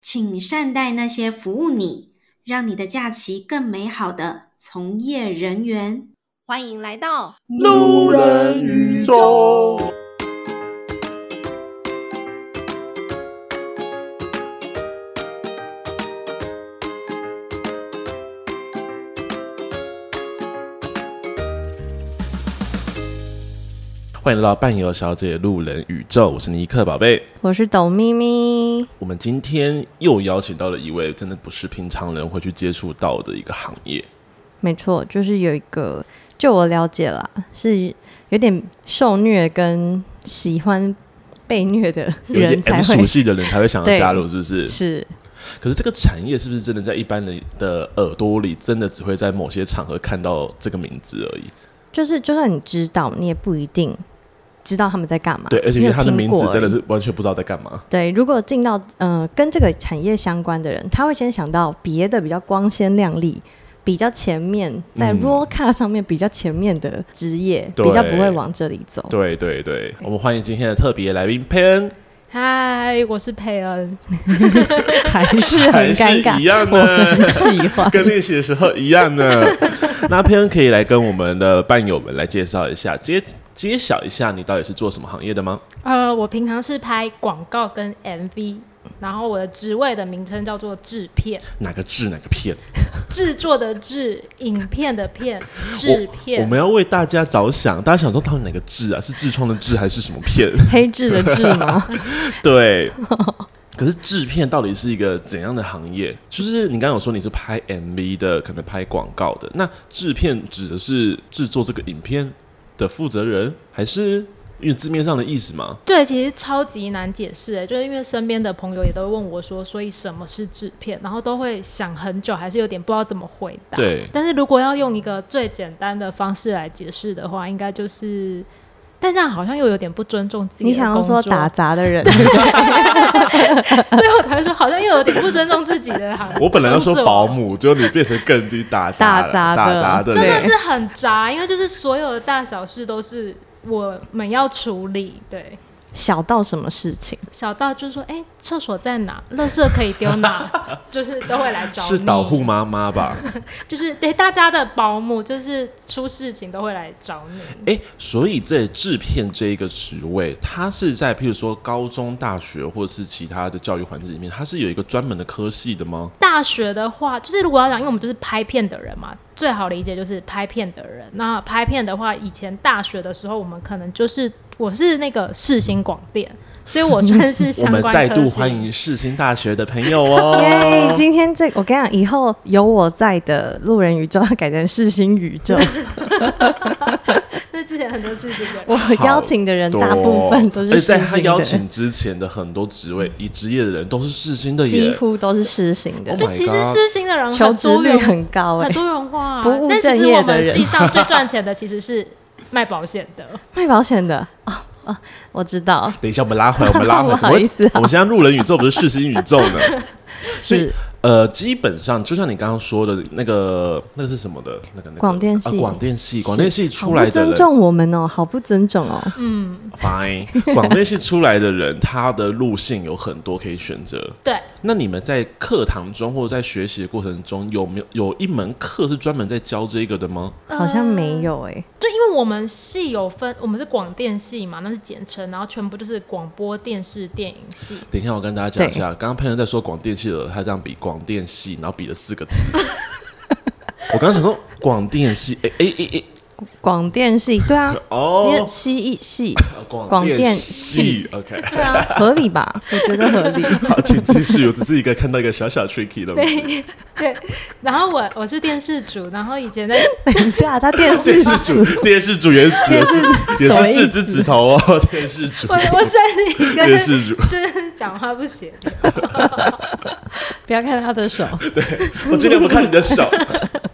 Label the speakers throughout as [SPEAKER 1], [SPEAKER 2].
[SPEAKER 1] 请善待那些服务你，让你的假期更美好的从业人员。欢迎来到
[SPEAKER 2] 路人宇宙。欢迎来到伴游小姐路人宇宙，我是尼克宝贝。
[SPEAKER 3] 我是董咪咪，
[SPEAKER 2] 我们今天又邀请到了一位真的不是平常人会去接触到的一个行业，
[SPEAKER 3] 没错，就是有一个，就我了解啦，是有点受虐跟喜欢被虐的
[SPEAKER 2] 有一
[SPEAKER 3] 人
[SPEAKER 2] 点
[SPEAKER 3] 才
[SPEAKER 2] M 属
[SPEAKER 3] 会
[SPEAKER 2] 系的人才会想要
[SPEAKER 3] 对
[SPEAKER 2] 加入，是不是？
[SPEAKER 3] 是，
[SPEAKER 2] 可是这个产业是不是真的在一般人的耳朵里，真的只会在某些场合看到这个名字而已？
[SPEAKER 3] 啊就是就算你知道，你也不一定知道他们在干嘛。
[SPEAKER 2] 对，而且因为他的
[SPEAKER 3] 你
[SPEAKER 2] 名
[SPEAKER 3] 有听过
[SPEAKER 2] 字真的
[SPEAKER 3] 而已
[SPEAKER 2] 是完全不知道在干嘛。
[SPEAKER 3] 对。如果进到呃跟这个产业相关的人，他会先想到别的比较光鲜亮丽。比较前面，在
[SPEAKER 2] 嗯
[SPEAKER 3] raw 卡上面比较前面的职业，
[SPEAKER 2] 对
[SPEAKER 3] 比较不会往这里走。
[SPEAKER 2] 对对对，我们欢迎今天的特别来宾佩恩，
[SPEAKER 4] 嗨，我是佩恩。
[SPEAKER 3] 还是 很
[SPEAKER 2] 还是
[SPEAKER 3] 尴尬，
[SPEAKER 2] 一样
[SPEAKER 3] 我
[SPEAKER 2] 的。
[SPEAKER 3] 很喜 欢。
[SPEAKER 2] 跟练习的时候一样 呢。那佩恩可以来跟我们的伴友们来介绍一下，揭揭晓一下你到底是做什么行业的吗？
[SPEAKER 4] 呃，我平常是拍广告跟 MV，然后我的职位的名称叫做制 片，
[SPEAKER 2] 哪个制哪个片？
[SPEAKER 4] 制作的制，影片的片，制
[SPEAKER 2] 我
[SPEAKER 4] 片。
[SPEAKER 2] 们要为大家着想，大家想说到底哪个制啊？是痔疮的痔还是什么片？
[SPEAKER 3] 黑痣的痣吗？
[SPEAKER 2] 对。可是制片到底是一个怎样的行业？就是你刚刚有说你是拍 MV 的，可能拍广告的。那制片指的是制作这个影片的负责人，还是因为字面上的意思嘛？
[SPEAKER 4] 对，其实超级难解释诶，就是因为身边的朋友也都问我说，所以什么是制片，然后都会想很久，还是有点不知道怎么回答。
[SPEAKER 2] 对，
[SPEAKER 4] 但是如果要用一个最简单的方式来解释的话，应该就是，但这样好像又有点不尊重自己的
[SPEAKER 3] 你想要说
[SPEAKER 4] 工作
[SPEAKER 3] 打杂的人，
[SPEAKER 4] 所以我才会说好像又有点不尊重自己的行
[SPEAKER 2] 我本来要说保，姆，结果你变成更低打杂了
[SPEAKER 3] 打杂
[SPEAKER 2] 打
[SPEAKER 3] 的
[SPEAKER 2] 杂的
[SPEAKER 4] 工作真
[SPEAKER 2] 人
[SPEAKER 4] 的是很杂，因为就是所有的大小事都是我们要处理，对。
[SPEAKER 3] 小到什么事情？
[SPEAKER 4] 小到就是说，哎、厕所在哪？垃圾可以丢哪？ 就是都会来找你。
[SPEAKER 2] 是导护妈妈吧？
[SPEAKER 4] 就是对大家的保姆，就是出事情都会来找你。
[SPEAKER 2] 哎、所以在制片这一个职位，它是在譬如说高中、大学或者是其他的教育环境里面，它是有一个专门的科系的吗？
[SPEAKER 4] 大学的话，就是如果要讲，因为我们就是拍片的人嘛，最好理解就是拍片的人。那拍片的话，以前大学的时候，我们可能就是我是那个世新广电，所以我算是
[SPEAKER 2] 我
[SPEAKER 4] 相
[SPEAKER 2] 们
[SPEAKER 4] 关
[SPEAKER 2] 再
[SPEAKER 4] 科
[SPEAKER 2] 度
[SPEAKER 4] 系
[SPEAKER 2] 欢迎世新大学的朋友哦。
[SPEAKER 3] 耶！今天这我跟你讲，以后有我在的路人宇宙 要改成世新宇宙。
[SPEAKER 4] 那之前很多事情的人。
[SPEAKER 3] 我邀请的人
[SPEAKER 2] 多
[SPEAKER 3] 大部分都
[SPEAKER 2] 而
[SPEAKER 3] 是
[SPEAKER 2] 且哎在
[SPEAKER 3] 世
[SPEAKER 2] 他
[SPEAKER 3] 新
[SPEAKER 2] 邀
[SPEAKER 3] 的，
[SPEAKER 2] 请之前的很多职位，以职业的人都是世新的
[SPEAKER 3] 几
[SPEAKER 2] 耶。
[SPEAKER 3] 乎都是世新
[SPEAKER 2] Oh
[SPEAKER 3] 的，
[SPEAKER 4] 就
[SPEAKER 2] my
[SPEAKER 4] 其实
[SPEAKER 2] god！
[SPEAKER 4] 世新的人
[SPEAKER 3] 求
[SPEAKER 4] 很
[SPEAKER 3] 职
[SPEAKER 4] 多
[SPEAKER 3] 率
[SPEAKER 4] 元
[SPEAKER 3] 很高哎
[SPEAKER 4] 很。多元化、啊
[SPEAKER 3] 不务，
[SPEAKER 4] 但其
[SPEAKER 3] 正
[SPEAKER 4] 实
[SPEAKER 3] 业
[SPEAKER 4] 我
[SPEAKER 3] 的
[SPEAKER 4] 们
[SPEAKER 3] 人
[SPEAKER 4] 系上最赚钱的其实是卖保险的。
[SPEAKER 3] 卖保险的哦哦，我知道
[SPEAKER 2] 等一下，我们拉回来，我们拉回 来。
[SPEAKER 3] 不好意思啊
[SPEAKER 2] 我们现在路人宇宙不是世新宇宙呢？ 所以
[SPEAKER 3] 是
[SPEAKER 2] 呃，基本上就像你刚刚说的那个，那个是什么的？那个那个
[SPEAKER 3] 广电系
[SPEAKER 2] 啊广电系，广电系
[SPEAKER 3] 好
[SPEAKER 2] 出来
[SPEAKER 3] 不
[SPEAKER 2] 的
[SPEAKER 3] 尊
[SPEAKER 2] 人
[SPEAKER 3] 重我们哦，好不尊重哦。
[SPEAKER 2] ，fine，广电系出来的人，他的路线有很多可以选择。
[SPEAKER 4] 对，
[SPEAKER 2] 那你们在课堂中或者在学习的过程中，有没有有一门课是专门在教这个的吗？
[SPEAKER 3] 好像没有哎、
[SPEAKER 4] 就因为我们系有分，我们是广电系嘛，那是简称，然后全部就是广播电视电影系。
[SPEAKER 2] 等一下，我跟大家讲一下，刚刚朋友在说广电系的，他这样比广电系，然后比了四个字。 我刚刚想说广电系，哎哎哎哎，
[SPEAKER 3] 广电系对啊，因
[SPEAKER 2] 哦
[SPEAKER 3] 为，西艺系
[SPEAKER 2] 啊广
[SPEAKER 3] 广
[SPEAKER 2] 电
[SPEAKER 3] 电
[SPEAKER 2] 系，OK。
[SPEAKER 3] 对啊，合理吧？我觉得 合理。
[SPEAKER 2] 好，请继续。我只是一个看到一个小小 tricky 的东西，
[SPEAKER 4] 然后我我是电视组，然后以前在
[SPEAKER 3] 等一下，他 电
[SPEAKER 2] 电
[SPEAKER 3] 视
[SPEAKER 2] 视主电视主也指的是也
[SPEAKER 3] 什
[SPEAKER 2] 是
[SPEAKER 3] 么意思
[SPEAKER 2] 四只指头哦，电视主
[SPEAKER 4] 我我算是一个
[SPEAKER 2] 电视主。
[SPEAKER 4] 就是讲话不行，
[SPEAKER 3] 不要看他的手，
[SPEAKER 2] 我今天不看你的手，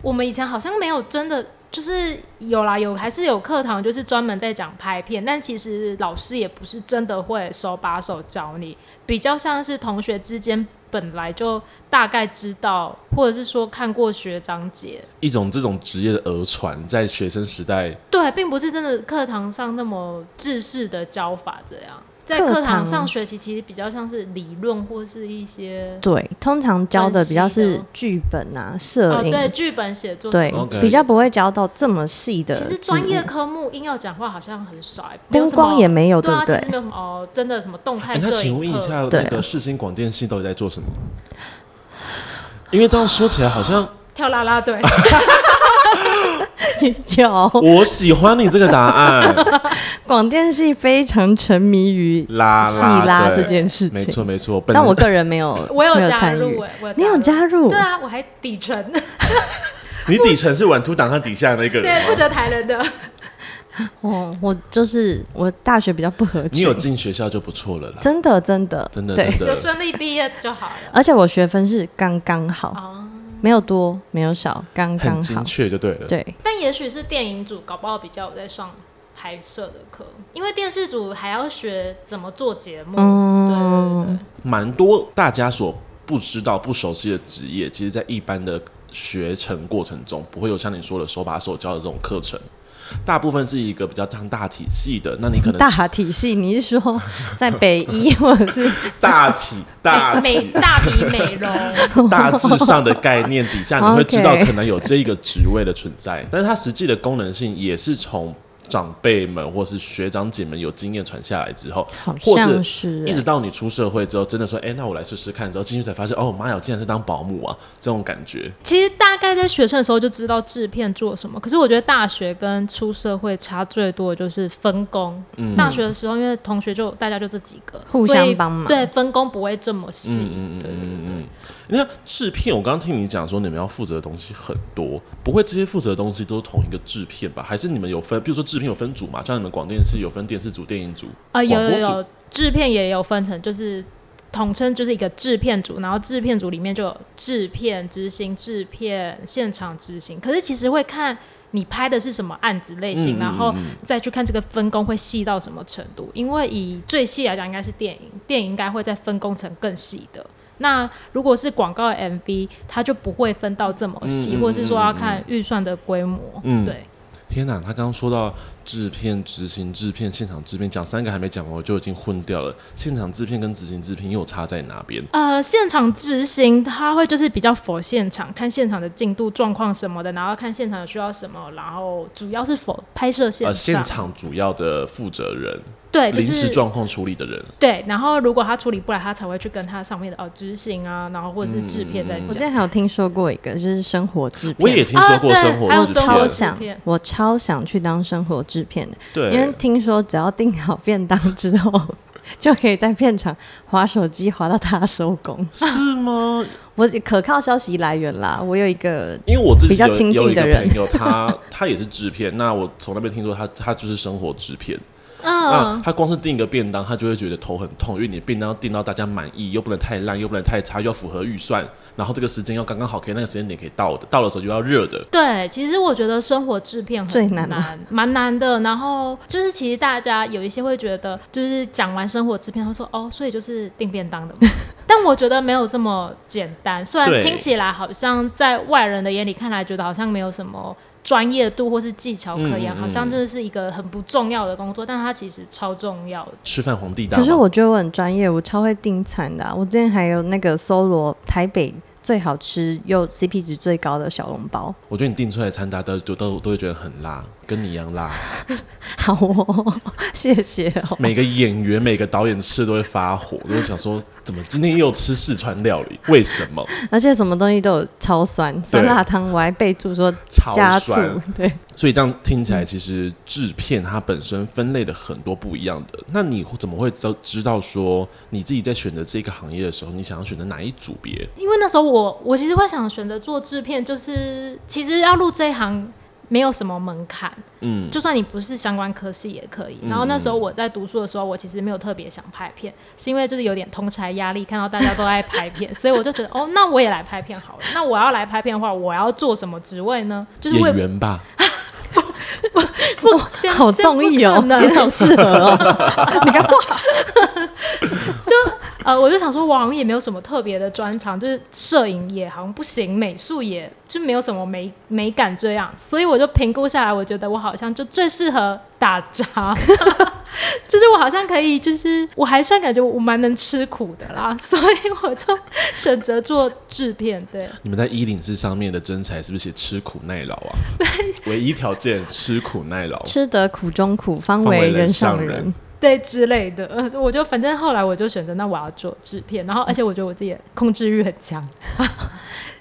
[SPEAKER 4] 我们以前好像没有真的，就是有啦，有还是有课堂，就是专门在讲拍片，但其实老师也不是真的会手把手教你，比较像是同学之间本来就大概知道，或者是说看过学长姐，
[SPEAKER 2] 一种这种职业的讹传，在学生时代
[SPEAKER 4] 对，并不是真的课堂上那么制式的教法这样。在
[SPEAKER 3] 课
[SPEAKER 4] 课堂
[SPEAKER 3] 堂
[SPEAKER 4] 上学习其实比较像是理论或是一些
[SPEAKER 3] 对，通常教的比较
[SPEAKER 4] 分析
[SPEAKER 3] 是
[SPEAKER 4] 的
[SPEAKER 3] 剧本啊、
[SPEAKER 4] 哦，
[SPEAKER 3] 摄影，
[SPEAKER 4] 对，剧本写作
[SPEAKER 3] 对
[SPEAKER 4] 什么的
[SPEAKER 2] OK
[SPEAKER 3] 比较不会教到这么细的
[SPEAKER 4] 其
[SPEAKER 3] 植物。
[SPEAKER 4] 实专业科目硬要讲话好像很少、欸，没有
[SPEAKER 3] 灯
[SPEAKER 4] 什么
[SPEAKER 3] 光也没有，
[SPEAKER 4] 对
[SPEAKER 3] 不
[SPEAKER 4] 啊，
[SPEAKER 3] 对
[SPEAKER 4] 其实？没有什么哦，真的什么动态
[SPEAKER 2] 哎，那
[SPEAKER 4] 摄
[SPEAKER 2] 请
[SPEAKER 4] 影
[SPEAKER 2] 问一下那
[SPEAKER 4] 课，
[SPEAKER 3] 对
[SPEAKER 2] 个世新广电系到底在做什么？因为这样说起来，好像
[SPEAKER 4] 跳啦啦 队，
[SPEAKER 3] 有
[SPEAKER 2] 我喜欢你这个答 案，
[SPEAKER 3] 广电系非常沉迷于
[SPEAKER 2] 拉
[SPEAKER 3] 戏
[SPEAKER 2] 拉
[SPEAKER 3] 拉
[SPEAKER 2] 对
[SPEAKER 3] 这件事
[SPEAKER 2] 没错
[SPEAKER 3] 情，
[SPEAKER 2] 没错。本
[SPEAKER 3] 但 我个人没有，
[SPEAKER 4] 我有
[SPEAKER 3] 没有欸
[SPEAKER 4] 加
[SPEAKER 3] 参
[SPEAKER 4] 入
[SPEAKER 3] 与。
[SPEAKER 4] 哎、我
[SPEAKER 3] 你有加入？
[SPEAKER 4] 对啊，我还底层，
[SPEAKER 2] 你底层是晚图档案底下那个
[SPEAKER 4] 对，负
[SPEAKER 2] 人吗？
[SPEAKER 4] 责台人的，
[SPEAKER 3] 哦，我就是我大学比较不合群。
[SPEAKER 2] 你有进学校就不错了啦，
[SPEAKER 3] 真的真的
[SPEAKER 2] 真的
[SPEAKER 3] 对
[SPEAKER 2] 真，
[SPEAKER 4] 有
[SPEAKER 2] 的。
[SPEAKER 4] 顺利毕业就好了。
[SPEAKER 3] 而且我学分是刚刚好，
[SPEAKER 4] 哦，
[SPEAKER 3] 没有多没有少，刚
[SPEAKER 2] 很
[SPEAKER 3] 刚
[SPEAKER 2] 精
[SPEAKER 3] 好。
[SPEAKER 2] 确就对了。
[SPEAKER 3] 对，
[SPEAKER 4] 但也许是电影组搞不好比较有在上拍摄的课，因为电视组还要学怎么做节目。对对
[SPEAKER 3] 嗯
[SPEAKER 4] 对，
[SPEAKER 2] 蛮多大家所不知道、不熟悉的职业，其实，在一般的学程过程中，不会有像你说的手把手教的这种课程。大部分是一个比较像大体系的，那你可能
[SPEAKER 3] 大体系，你是说在北 医或者是
[SPEAKER 2] 大体大
[SPEAKER 4] 美
[SPEAKER 2] 体
[SPEAKER 4] 大体美容，
[SPEAKER 2] 大致上的概念底下，你会知道
[SPEAKER 3] OK
[SPEAKER 2] 可能有这一个职位的存在，但是它实际的功能性也是从长辈们或是学长姐们有经验传下来之后，
[SPEAKER 3] 好
[SPEAKER 2] 或是
[SPEAKER 3] 像是欸
[SPEAKER 2] 一直到你出社会之后，真的说，哎、那我来试试看，之后进去才发现，哦，妈呀，我竟然是当保姆啊，这种感觉。
[SPEAKER 4] 其实大概在学生的时候就知道制片做什么，可是我觉得大学跟出社会差最多的就是分工。大学的时候，因为同学就大家就这几个，
[SPEAKER 3] 互相
[SPEAKER 4] 所以
[SPEAKER 3] 帮忙
[SPEAKER 4] 对分工不会这么细。对对对，
[SPEAKER 2] 你看制片，我刚刚听你讲说你们要负责的东西很多，不会这些负责的东西都是同一个制片吧？还是你们有分，比如说制片有分组嘛？像你们广电系有分电视组、电影组
[SPEAKER 4] 啊，有
[SPEAKER 2] 广播
[SPEAKER 4] 有
[SPEAKER 2] 组
[SPEAKER 4] 有，制片也有分成，就是统称就是一个制片组，然后制片组里面就有制片、执行、制片、现场执行。可是其实会看你拍的是什么案子类
[SPEAKER 2] 嗯
[SPEAKER 4] 型，然后再去看这个分工会细到什么程度。因为以最细来讲，应该是电影，电影应该会再分工成更细的。那如果是广告的 MV，它就不会分到这么细，
[SPEAKER 2] 嗯嗯
[SPEAKER 4] 或者是说要
[SPEAKER 2] 嗯嗯
[SPEAKER 4] 看预算的规模。
[SPEAKER 2] 嗯
[SPEAKER 4] 对，
[SPEAKER 2] 天哪，他刚刚说到制片、执行制片、现场制片，讲三个还没讲完，我就已经混掉了。现场制片跟执行制片又差在哪边？
[SPEAKER 4] 呃，现场执行他会就是比较否现场，看现场的进度状况什么的，然后看现场有需要什么，然后主要是否拍摄现
[SPEAKER 2] 呃，
[SPEAKER 4] 场，
[SPEAKER 2] 现场主要的负责人，
[SPEAKER 4] 对，哎就
[SPEAKER 2] 临时
[SPEAKER 4] 是
[SPEAKER 2] 状况处理的人，
[SPEAKER 4] 对，然后如果他处理不来，他才会去跟他上面的哦执行啊，然后或者是制片
[SPEAKER 2] 嗯
[SPEAKER 4] 在
[SPEAKER 3] 我之
[SPEAKER 4] 讲。
[SPEAKER 3] 前还有听说过一个，就是生活制片。
[SPEAKER 2] 我也听说过
[SPEAKER 4] 啊对
[SPEAKER 2] 生活
[SPEAKER 4] 还有
[SPEAKER 3] 我
[SPEAKER 2] 制片，
[SPEAKER 4] 生活
[SPEAKER 3] 超
[SPEAKER 4] 制
[SPEAKER 3] 想
[SPEAKER 4] 片，
[SPEAKER 3] 我超想去当生活制片的，因为
[SPEAKER 2] 对，
[SPEAKER 3] 听说只要订好便当之后， 就可以在片场划手机划到他收工。
[SPEAKER 2] 是吗？
[SPEAKER 3] 我可靠消息来源啦，我有一个
[SPEAKER 2] 因为我自己
[SPEAKER 3] 比较
[SPEAKER 2] 有
[SPEAKER 3] 亲
[SPEAKER 2] 有一
[SPEAKER 3] 近
[SPEAKER 2] 个
[SPEAKER 3] 的人
[SPEAKER 2] 朋友，他他也是制片，那我从那边听说他他就是生活制片，那
[SPEAKER 4] 嗯，
[SPEAKER 2] 他光是订一个便当，他就会觉得头很痛，因为你便当要订到大家满意，又不能太烂，又不能太差，又要符合预算，然后这个时间要刚刚好，可以那个时间点可以到的，到的时候就要热的。
[SPEAKER 4] 对，其实我觉得生活制片很
[SPEAKER 3] 最难吗
[SPEAKER 4] 难，蛮难的。然后就是其实大家有一些会觉得，就是讲完生活制片，他说哦，所以就是订便 当的嘛。但我觉得没有这么简单，虽然
[SPEAKER 2] 对
[SPEAKER 4] 听起来好像在外人的眼里看来，觉得好像没有什么专业度或是技巧可言，
[SPEAKER 2] 嗯嗯嗯
[SPEAKER 4] 好像真的是一个很不重要的工作，但它其实超重要的。
[SPEAKER 2] 吃饭皇帝大吗，
[SPEAKER 3] 可是我觉得我很专业，我超会订餐的啊、我之前还有那个搜罗台北最好吃又 CP 值最高的小笼包，
[SPEAKER 2] 我觉得你订出来的餐，大家都就都都会觉得很辣，跟你一样辣。
[SPEAKER 3] 好哦， 谢谢哦。
[SPEAKER 2] 每个演员、每个导演吃都会发火，都会想说，怎么今天又吃四川料理？为什么？
[SPEAKER 3] 而且什么东西都有超酸，酸辣汤我还备注说
[SPEAKER 2] 超
[SPEAKER 3] 加 醋
[SPEAKER 2] 酸。，
[SPEAKER 3] 对，
[SPEAKER 2] 所以这样听起来，其实制片它本身分类的很多不一样的。那你怎么会知知道说你自己在选择这个行业的时候，你想要选择哪一组别？
[SPEAKER 4] 因为那时候我我其实会想选择做制片，就是其实要入这一行没有什么门槛，
[SPEAKER 2] 嗯，
[SPEAKER 4] 就算你不是相关科系也可以。然后那时候我在读书的时候，我其实没有特别想拍片，是因为就是有点同才压力，看到大家都在拍 片，所以我就觉得哦，那我也来拍片好了。那我要来拍片的话，我要做什么职位呢？就是我也
[SPEAKER 2] 演员吧，
[SPEAKER 4] 不先
[SPEAKER 3] 好
[SPEAKER 4] 先不
[SPEAKER 3] 综艺哦，
[SPEAKER 4] 可啊
[SPEAKER 3] 你
[SPEAKER 4] 能
[SPEAKER 3] 好适合哦。你看哇，
[SPEAKER 4] 呃，我就想说，我好像也没有什么特别的专长，就是摄影也好像不行，美术也就没有什么美美感这样，所以我就评估下来，我觉得我好像就最适合打杂， 就是我好像可以，就是我还算感觉我蛮能吃苦的啦，所以我就选择做制片。对，
[SPEAKER 2] 你们在一零四上面的征才是不是写吃苦耐劳 啊？唯一条件吃苦耐劳，
[SPEAKER 3] 吃得苦中苦，方
[SPEAKER 2] 方为
[SPEAKER 3] 为
[SPEAKER 2] 人
[SPEAKER 3] 人
[SPEAKER 2] 上
[SPEAKER 3] 上
[SPEAKER 2] 人
[SPEAKER 3] 人。
[SPEAKER 4] 对之类的，呃我就反正后来我就选择，那我要做制片，然后而且我觉得我自己的控制欲很强，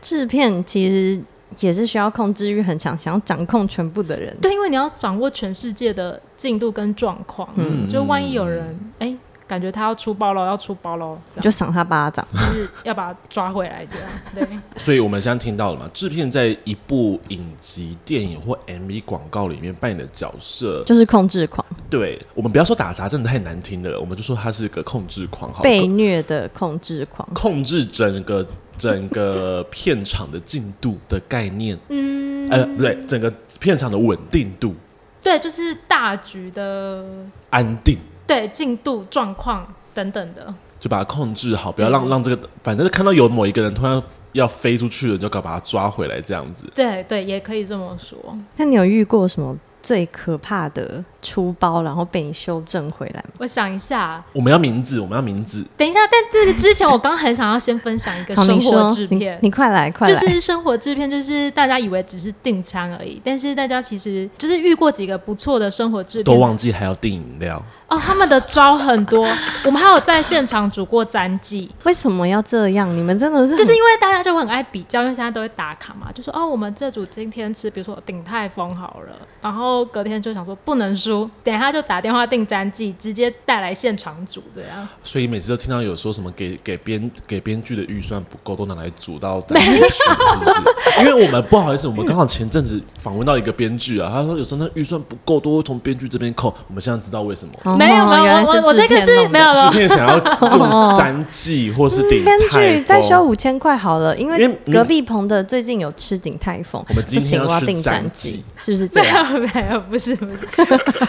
[SPEAKER 3] 制片其实也是需要控制欲很强，想要掌控全部的人。
[SPEAKER 4] 对，因为你要掌握全世界的进度跟状况，
[SPEAKER 2] 嗯
[SPEAKER 4] 就万一有人哎、感觉他要出包了，要出包喽，这
[SPEAKER 3] 你
[SPEAKER 4] 样
[SPEAKER 3] 就赏他巴掌，
[SPEAKER 4] 就是要把他抓回来这样。对，
[SPEAKER 2] 所以我们现在听到了嘛，制片在一部影集、电影或 MV 广告里面扮演的角色，
[SPEAKER 3] 就是控制狂，
[SPEAKER 2] 对我们不要说打杂，真的太难听了，我们就说他是个控制狂，好了，
[SPEAKER 3] 被虐的控制狂。
[SPEAKER 2] 控制整个整个片场的进度的概念，
[SPEAKER 4] 嗯，
[SPEAKER 2] 呃，不对，整个片场的稳定度、
[SPEAKER 4] 对，就是大局的
[SPEAKER 2] 安定，
[SPEAKER 4] 对进度状况等等的，
[SPEAKER 2] 就把它控制好，不要让让这个，反正看到有某一个人突然要飞出去了，你就搞把他抓回来这样子。
[SPEAKER 4] 对对，也可以这么说。
[SPEAKER 3] 那你有遇过什么最可怕的出包，然后被你修正回来吗？
[SPEAKER 4] 我想一下，
[SPEAKER 2] 我们要名字，我们要名字，
[SPEAKER 4] 等一下，但这个之前我刚刚很想要先分享一个
[SPEAKER 3] 好，
[SPEAKER 4] 生
[SPEAKER 3] 哦你
[SPEAKER 4] 活
[SPEAKER 3] 说
[SPEAKER 4] 制，
[SPEAKER 3] 你
[SPEAKER 4] 片，
[SPEAKER 3] 你快来，快
[SPEAKER 4] 就
[SPEAKER 3] 来。
[SPEAKER 4] 是生活制片，就是大家以为只是订餐而已，但是大家其实就是遇过几个不错的生活制
[SPEAKER 2] 都
[SPEAKER 4] 片
[SPEAKER 2] 忘记还要订饮料。
[SPEAKER 4] 哦，他们的招很多。我们还有在现场煮过詹记，
[SPEAKER 3] 为什么要这样？你们真的是
[SPEAKER 4] 就是因为大家就很爱比较，因为现在都会打卡嘛，就说哦，我们这组今天吃，比如说鼎泰丰好了，然后隔天就想说不能输，等一下就打电话订詹记，直接带来现场煮这样。
[SPEAKER 2] 所以每次都听到有说什么给给编给编剧的预算不够，都拿来煮到展示室是不是？因为我们不好意思，我们刚好前阵子访问到一个编剧啊，他说有时候那预算不够，都会从编剧这边扣。我们现在知道为什么。
[SPEAKER 3] 哦
[SPEAKER 4] 没有没有，
[SPEAKER 3] 原来是
[SPEAKER 4] 我我那
[SPEAKER 3] 制
[SPEAKER 4] 个
[SPEAKER 3] 片哦
[SPEAKER 4] 是
[SPEAKER 3] 弄的
[SPEAKER 4] 没有没
[SPEAKER 2] 制
[SPEAKER 4] 有，
[SPEAKER 2] 片想要用战绩或是顶
[SPEAKER 3] 编
[SPEAKER 2] 泰
[SPEAKER 3] 剧再收
[SPEAKER 2] 丰，
[SPEAKER 3] 五千块好了，因
[SPEAKER 2] 因
[SPEAKER 3] 为
[SPEAKER 2] 为你
[SPEAKER 3] 隔壁棚的最近有吃鼎泰丰，
[SPEAKER 2] 我们今天
[SPEAKER 3] 不行，
[SPEAKER 2] 要
[SPEAKER 3] 我要
[SPEAKER 2] 吃
[SPEAKER 3] 订
[SPEAKER 2] 战
[SPEAKER 3] 战
[SPEAKER 2] 绩
[SPEAKER 3] 绩，是不是这
[SPEAKER 4] 没
[SPEAKER 3] 样？
[SPEAKER 4] 有没有，不是不是，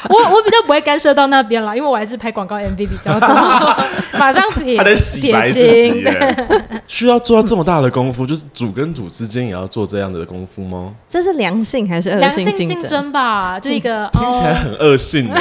[SPEAKER 4] 我我比较不会干涉到那边啦，因为我还是拍广告 MV 比 较多，马上撇
[SPEAKER 2] 他在洗白
[SPEAKER 4] 撇
[SPEAKER 2] 自己
[SPEAKER 4] 清。
[SPEAKER 2] 耶。需要做到这么大的功夫，就是主跟主之间也要做这样的功夫吗？
[SPEAKER 3] 这是良性还是恶
[SPEAKER 4] 良性竞
[SPEAKER 3] 竞争？嗯
[SPEAKER 4] 争吧，就一个
[SPEAKER 2] 听起来
[SPEAKER 4] 哦，
[SPEAKER 2] 很恶性耶。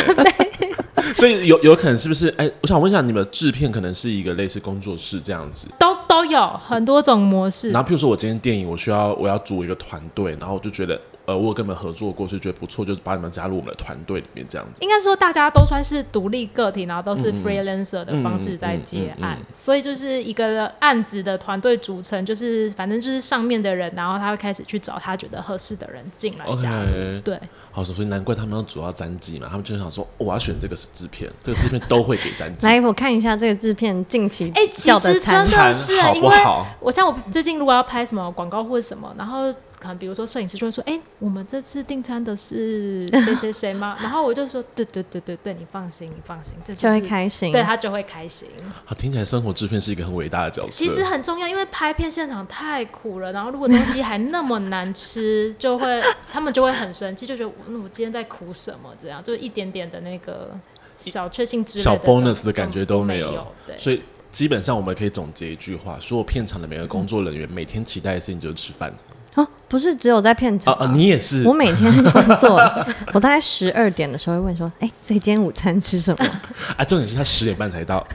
[SPEAKER 2] 所以有有可能是不是？哎、我想问一下，你们制片可能是一个类似工作室这样子，
[SPEAKER 4] 都都有很多种模式
[SPEAKER 2] 然。后譬如说我今天电影，我需要我要组一个团队，然后我就觉得呃，我有跟你们合作过，就觉得不错，就是把你们加入我们的团队里面这样子。
[SPEAKER 4] 应该说，大家都算是独立个体，然后都是
[SPEAKER 2] 嗯
[SPEAKER 4] freelancer 的方式在接案，所以就是一个案子的团队组成，就是反正就是上面的人，然后他会开始去找他觉得合适的人进来加入。
[SPEAKER 2] OK，
[SPEAKER 4] 对，
[SPEAKER 2] 好，哦所以难怪他们要主要战绩嘛，他们就想说、哦我要选这个是制片，这个制片都会给战 绩。
[SPEAKER 3] 来，我看一下这个制片近期
[SPEAKER 4] 哎、其
[SPEAKER 3] 叫的
[SPEAKER 4] 实
[SPEAKER 3] 餐
[SPEAKER 4] 真
[SPEAKER 2] 餐
[SPEAKER 4] 的是
[SPEAKER 2] 好，
[SPEAKER 4] 因
[SPEAKER 2] 不
[SPEAKER 4] 为
[SPEAKER 2] 好
[SPEAKER 4] 我像我最近如果要拍什么广告或者什么，然后可能比如说摄影师就会说，哎、我们这次订餐的是谁谁谁吗？然后我就说，对对对对对，你放心，你放心，这次
[SPEAKER 3] 就是会开心。
[SPEAKER 4] 对他就会开心。
[SPEAKER 2] 好，听起来生活制片是一个很伟大的角色。
[SPEAKER 4] 其实很重要，因为拍片现场太苦了，然后如果东西还那么难吃，就会 他们就会很生气，就觉得嗯我今天在苦什么？这样就一点点的那个小确幸之类
[SPEAKER 2] 小
[SPEAKER 4] 的
[SPEAKER 2] bonus 的感觉都没
[SPEAKER 4] 没
[SPEAKER 2] 有
[SPEAKER 4] 对，
[SPEAKER 2] 所以基本上我们可以总结一句话：，所有片场的每个工作人员每天期待的事情就是吃饭。
[SPEAKER 3] 哦，不是只有在片
[SPEAKER 2] 啊
[SPEAKER 3] 场
[SPEAKER 2] 啊，你也是
[SPEAKER 3] 我每天 工作，我大概十二点的时候会问说：“哎、这今天午餐吃什么
[SPEAKER 2] 啊，重点是他十点半才到，？”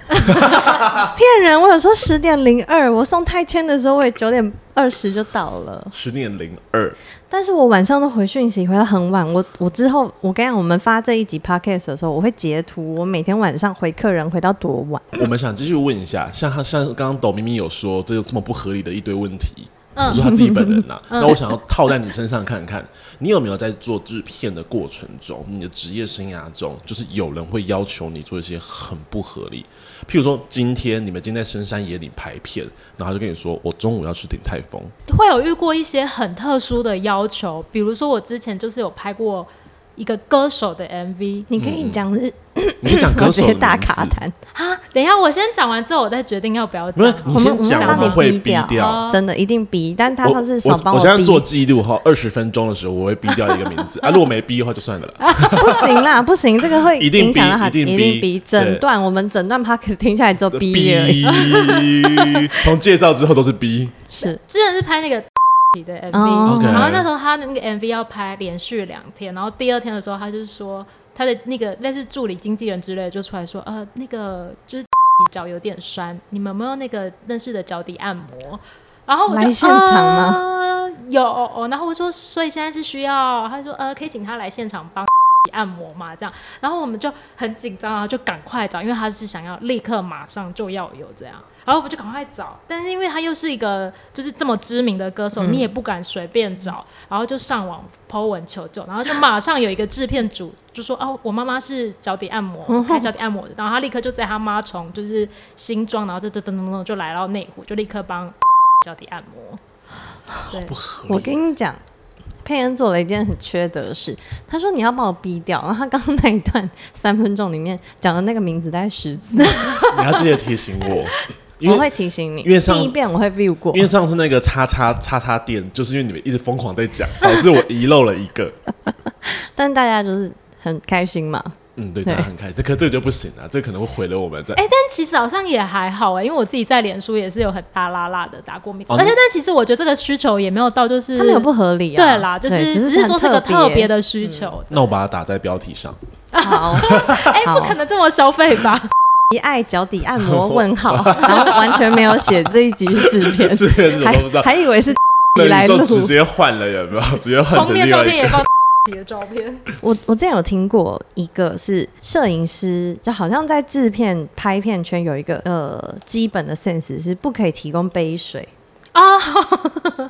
[SPEAKER 3] 骗人！我有时候十点零二，我送太签的时候，我也九点二十就到了。
[SPEAKER 2] 十点零二。
[SPEAKER 3] 但是我晚上都回讯息，回到很晚。我我之后，我跟你讲，我们发这一集 podcast 的时候，我会截图，我每天晚上回客人回到多晚？
[SPEAKER 2] 我们想继续问一下，像他像刚刚抖明明有说这有这么不合理的一堆问题，
[SPEAKER 3] 嗯
[SPEAKER 2] 我说他自己本人呐、那我想要套在你身上看看，你有没有在做制片的过程中，你的职业生涯中，就是有人会要求你做一些很不合理，譬如说今天你们今天在深山野岭拍片，然后他就跟你说我中午要去顶泰丰，
[SPEAKER 4] 会有遇过一些很特殊的要求，比如说我之前就是有拍过一个歌手的 MV
[SPEAKER 3] 你可以讲日，
[SPEAKER 2] 你就讲嗯歌
[SPEAKER 3] 我直
[SPEAKER 2] 手
[SPEAKER 3] 接
[SPEAKER 2] 的
[SPEAKER 3] 大
[SPEAKER 2] 名
[SPEAKER 3] 卡
[SPEAKER 2] 字，
[SPEAKER 3] 痰，
[SPEAKER 4] 啊。等一下，我先讲完之后，我再决定要不要
[SPEAKER 2] 不
[SPEAKER 4] 讲
[SPEAKER 2] 是。你先讲，
[SPEAKER 3] 我们我们想
[SPEAKER 2] 我们
[SPEAKER 3] 帮
[SPEAKER 2] 会
[SPEAKER 3] 你逼掉
[SPEAKER 2] 掉。
[SPEAKER 4] 哦
[SPEAKER 3] 真的一定逼，但他
[SPEAKER 2] 我
[SPEAKER 3] 上次少
[SPEAKER 2] 我
[SPEAKER 3] 帮
[SPEAKER 2] 我现在
[SPEAKER 3] 逼，
[SPEAKER 2] 做记录哈，二十分钟的时候我会逼掉一个名字啊，如果没逼的话就算了啦。
[SPEAKER 3] 不行啦，不行，这个会
[SPEAKER 2] 一定
[SPEAKER 3] 影响到他，
[SPEAKER 2] 逼一定逼
[SPEAKER 3] 逼整
[SPEAKER 2] 对
[SPEAKER 3] 段，我们整段 p o c k e t 听下来就逼而已，
[SPEAKER 2] 逼， 从介绍之后都是逼，
[SPEAKER 3] 是
[SPEAKER 4] 之前是拍那个 的 MV，、
[SPEAKER 3] 哦
[SPEAKER 2] OK
[SPEAKER 4] 然后那时候他那个 MV 要拍连续两天，然后第二天的时候，他就是说他的那个类似助理经纪人之类的就出来说，呃，那个就是脚有点酸，你们有没有那个认识的脚底按摩？然后我就
[SPEAKER 3] 来现场吗
[SPEAKER 4] 呃有、哦，然后我说，所以现在是需要，他说呃，可以请他来现场帮按摩嘛，这样。然后我们就很紧张，然后就赶快找，因为他是想要立刻马上就要有这样，然后我们就赶快找。但是因为他又是一个就是这么知名的歌
[SPEAKER 3] 嗯
[SPEAKER 4] 手，你也不敢随便找，然后就上网 po 文求救，然后就马上有一个制片组就说：“哦，我妈妈是脚底按 摩，开脚底按摩的。”然后他立刻就在他妈从就是新庄，然后就噔噔噔噔就来到内湖，就立刻帮 脚底按摩。对，
[SPEAKER 3] 我跟你讲，佩恩做了一件很缺德的事，他说你要把我逼掉，然后他刚刚那一段三分钟里面讲的那个名字大概十次，
[SPEAKER 2] 你要记得提醒 我，因
[SPEAKER 3] 我
[SPEAKER 2] 为
[SPEAKER 3] 会提醒你，
[SPEAKER 2] 因为上
[SPEAKER 3] 第一遍我会 view 过
[SPEAKER 2] 因，为上次那个叉叉叉叉店，就是因为你们一直疯狂在讲，导致我遗漏了一个。
[SPEAKER 3] 但大家就是很开心嘛，
[SPEAKER 2] 嗯，对，
[SPEAKER 3] 对
[SPEAKER 2] 大家很开心，可这个就不行啊，这可能会毁了我们在。
[SPEAKER 4] 哎、但其实好像也还好哎、因为我自己在脸书也是有很大拉拉的打过名字，
[SPEAKER 2] 哦
[SPEAKER 4] 而且但其实我觉得这个需求也没有到，就是
[SPEAKER 3] 他们有不合理啊，
[SPEAKER 4] 嗯对啦，就是
[SPEAKER 3] 对只
[SPEAKER 4] 只是说是个特别
[SPEAKER 3] 的，
[SPEAKER 4] 的需求，
[SPEAKER 3] 嗯
[SPEAKER 2] 那我把它打在标题 上，
[SPEAKER 3] 好，
[SPEAKER 4] 哎、
[SPEAKER 3] 好
[SPEAKER 4] 不可能这么消费 吧？
[SPEAKER 3] 一爱脚底按摩问 号，然后完全没有写这一集是制片，
[SPEAKER 2] 这个是什么都不知道
[SPEAKER 3] 还，还 以为是你
[SPEAKER 2] 那
[SPEAKER 3] 来
[SPEAKER 2] 你
[SPEAKER 3] 录
[SPEAKER 2] 就，直接换了，有没 有？直接换
[SPEAKER 4] 封
[SPEAKER 2] 成
[SPEAKER 4] 面
[SPEAKER 2] 另
[SPEAKER 4] 照
[SPEAKER 2] 外
[SPEAKER 4] 片
[SPEAKER 2] 一
[SPEAKER 4] 也
[SPEAKER 2] 个。
[SPEAKER 4] 放自己的照片，
[SPEAKER 3] 我我之前有听过一个是摄影师，就好像在制片拍片圈有一个呃基本的 sense 是不可以提供杯水
[SPEAKER 4] 哦。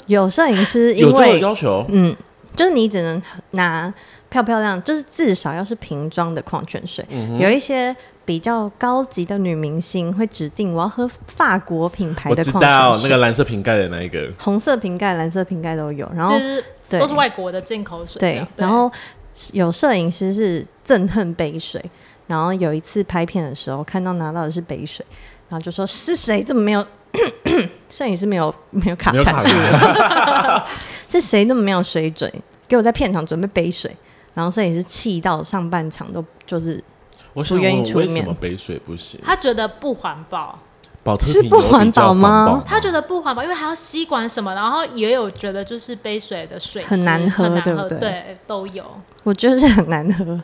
[SPEAKER 3] 有摄影师因
[SPEAKER 2] 有这个
[SPEAKER 3] 为
[SPEAKER 2] 要求，
[SPEAKER 3] 嗯，就是你只能拿漂漂亮，就是至少要是瓶装的矿泉水。
[SPEAKER 2] 嗯
[SPEAKER 3] 有一些比较高级的女明星会指定我要喝法国品牌
[SPEAKER 2] 我
[SPEAKER 3] 的
[SPEAKER 2] 知
[SPEAKER 3] 矿
[SPEAKER 2] 道
[SPEAKER 3] 泉
[SPEAKER 2] 那
[SPEAKER 3] 水，
[SPEAKER 2] 个蓝色瓶盖的那一个，
[SPEAKER 3] 红色瓶盖、蓝色瓶盖都有，然后
[SPEAKER 4] 就是
[SPEAKER 3] 对
[SPEAKER 4] 都是外国的进口水啊这
[SPEAKER 3] 对
[SPEAKER 4] 样，，
[SPEAKER 3] 然后有摄影师是憎恨杯水，然后有一次拍片的时候看到拿到的是杯水，然后就说是谁这么没有 摄影师没有没有卡
[SPEAKER 2] 没有卡
[SPEAKER 3] 痰，是
[SPEAKER 2] 住，
[SPEAKER 3] 是谁这么没有水准，给我在片场准备杯水，然后摄影师气到上半场都就是
[SPEAKER 2] 我想
[SPEAKER 3] 不愿意
[SPEAKER 2] 问
[SPEAKER 3] 出
[SPEAKER 2] 为什
[SPEAKER 3] 面
[SPEAKER 2] 么杯水不行？
[SPEAKER 4] 他觉得不环保，
[SPEAKER 2] 保特
[SPEAKER 3] 是
[SPEAKER 2] 瓶
[SPEAKER 3] 不
[SPEAKER 2] 有比
[SPEAKER 3] 环
[SPEAKER 2] 较
[SPEAKER 3] 保吗
[SPEAKER 2] 环保
[SPEAKER 4] 他觉得不环保，因为还要吸管什么，然后也有觉得就是杯水的水质
[SPEAKER 3] 很难喝
[SPEAKER 4] 很难
[SPEAKER 3] 对不
[SPEAKER 4] 喝，
[SPEAKER 3] 对
[SPEAKER 4] 对，都有。
[SPEAKER 3] 我觉得是很难喝，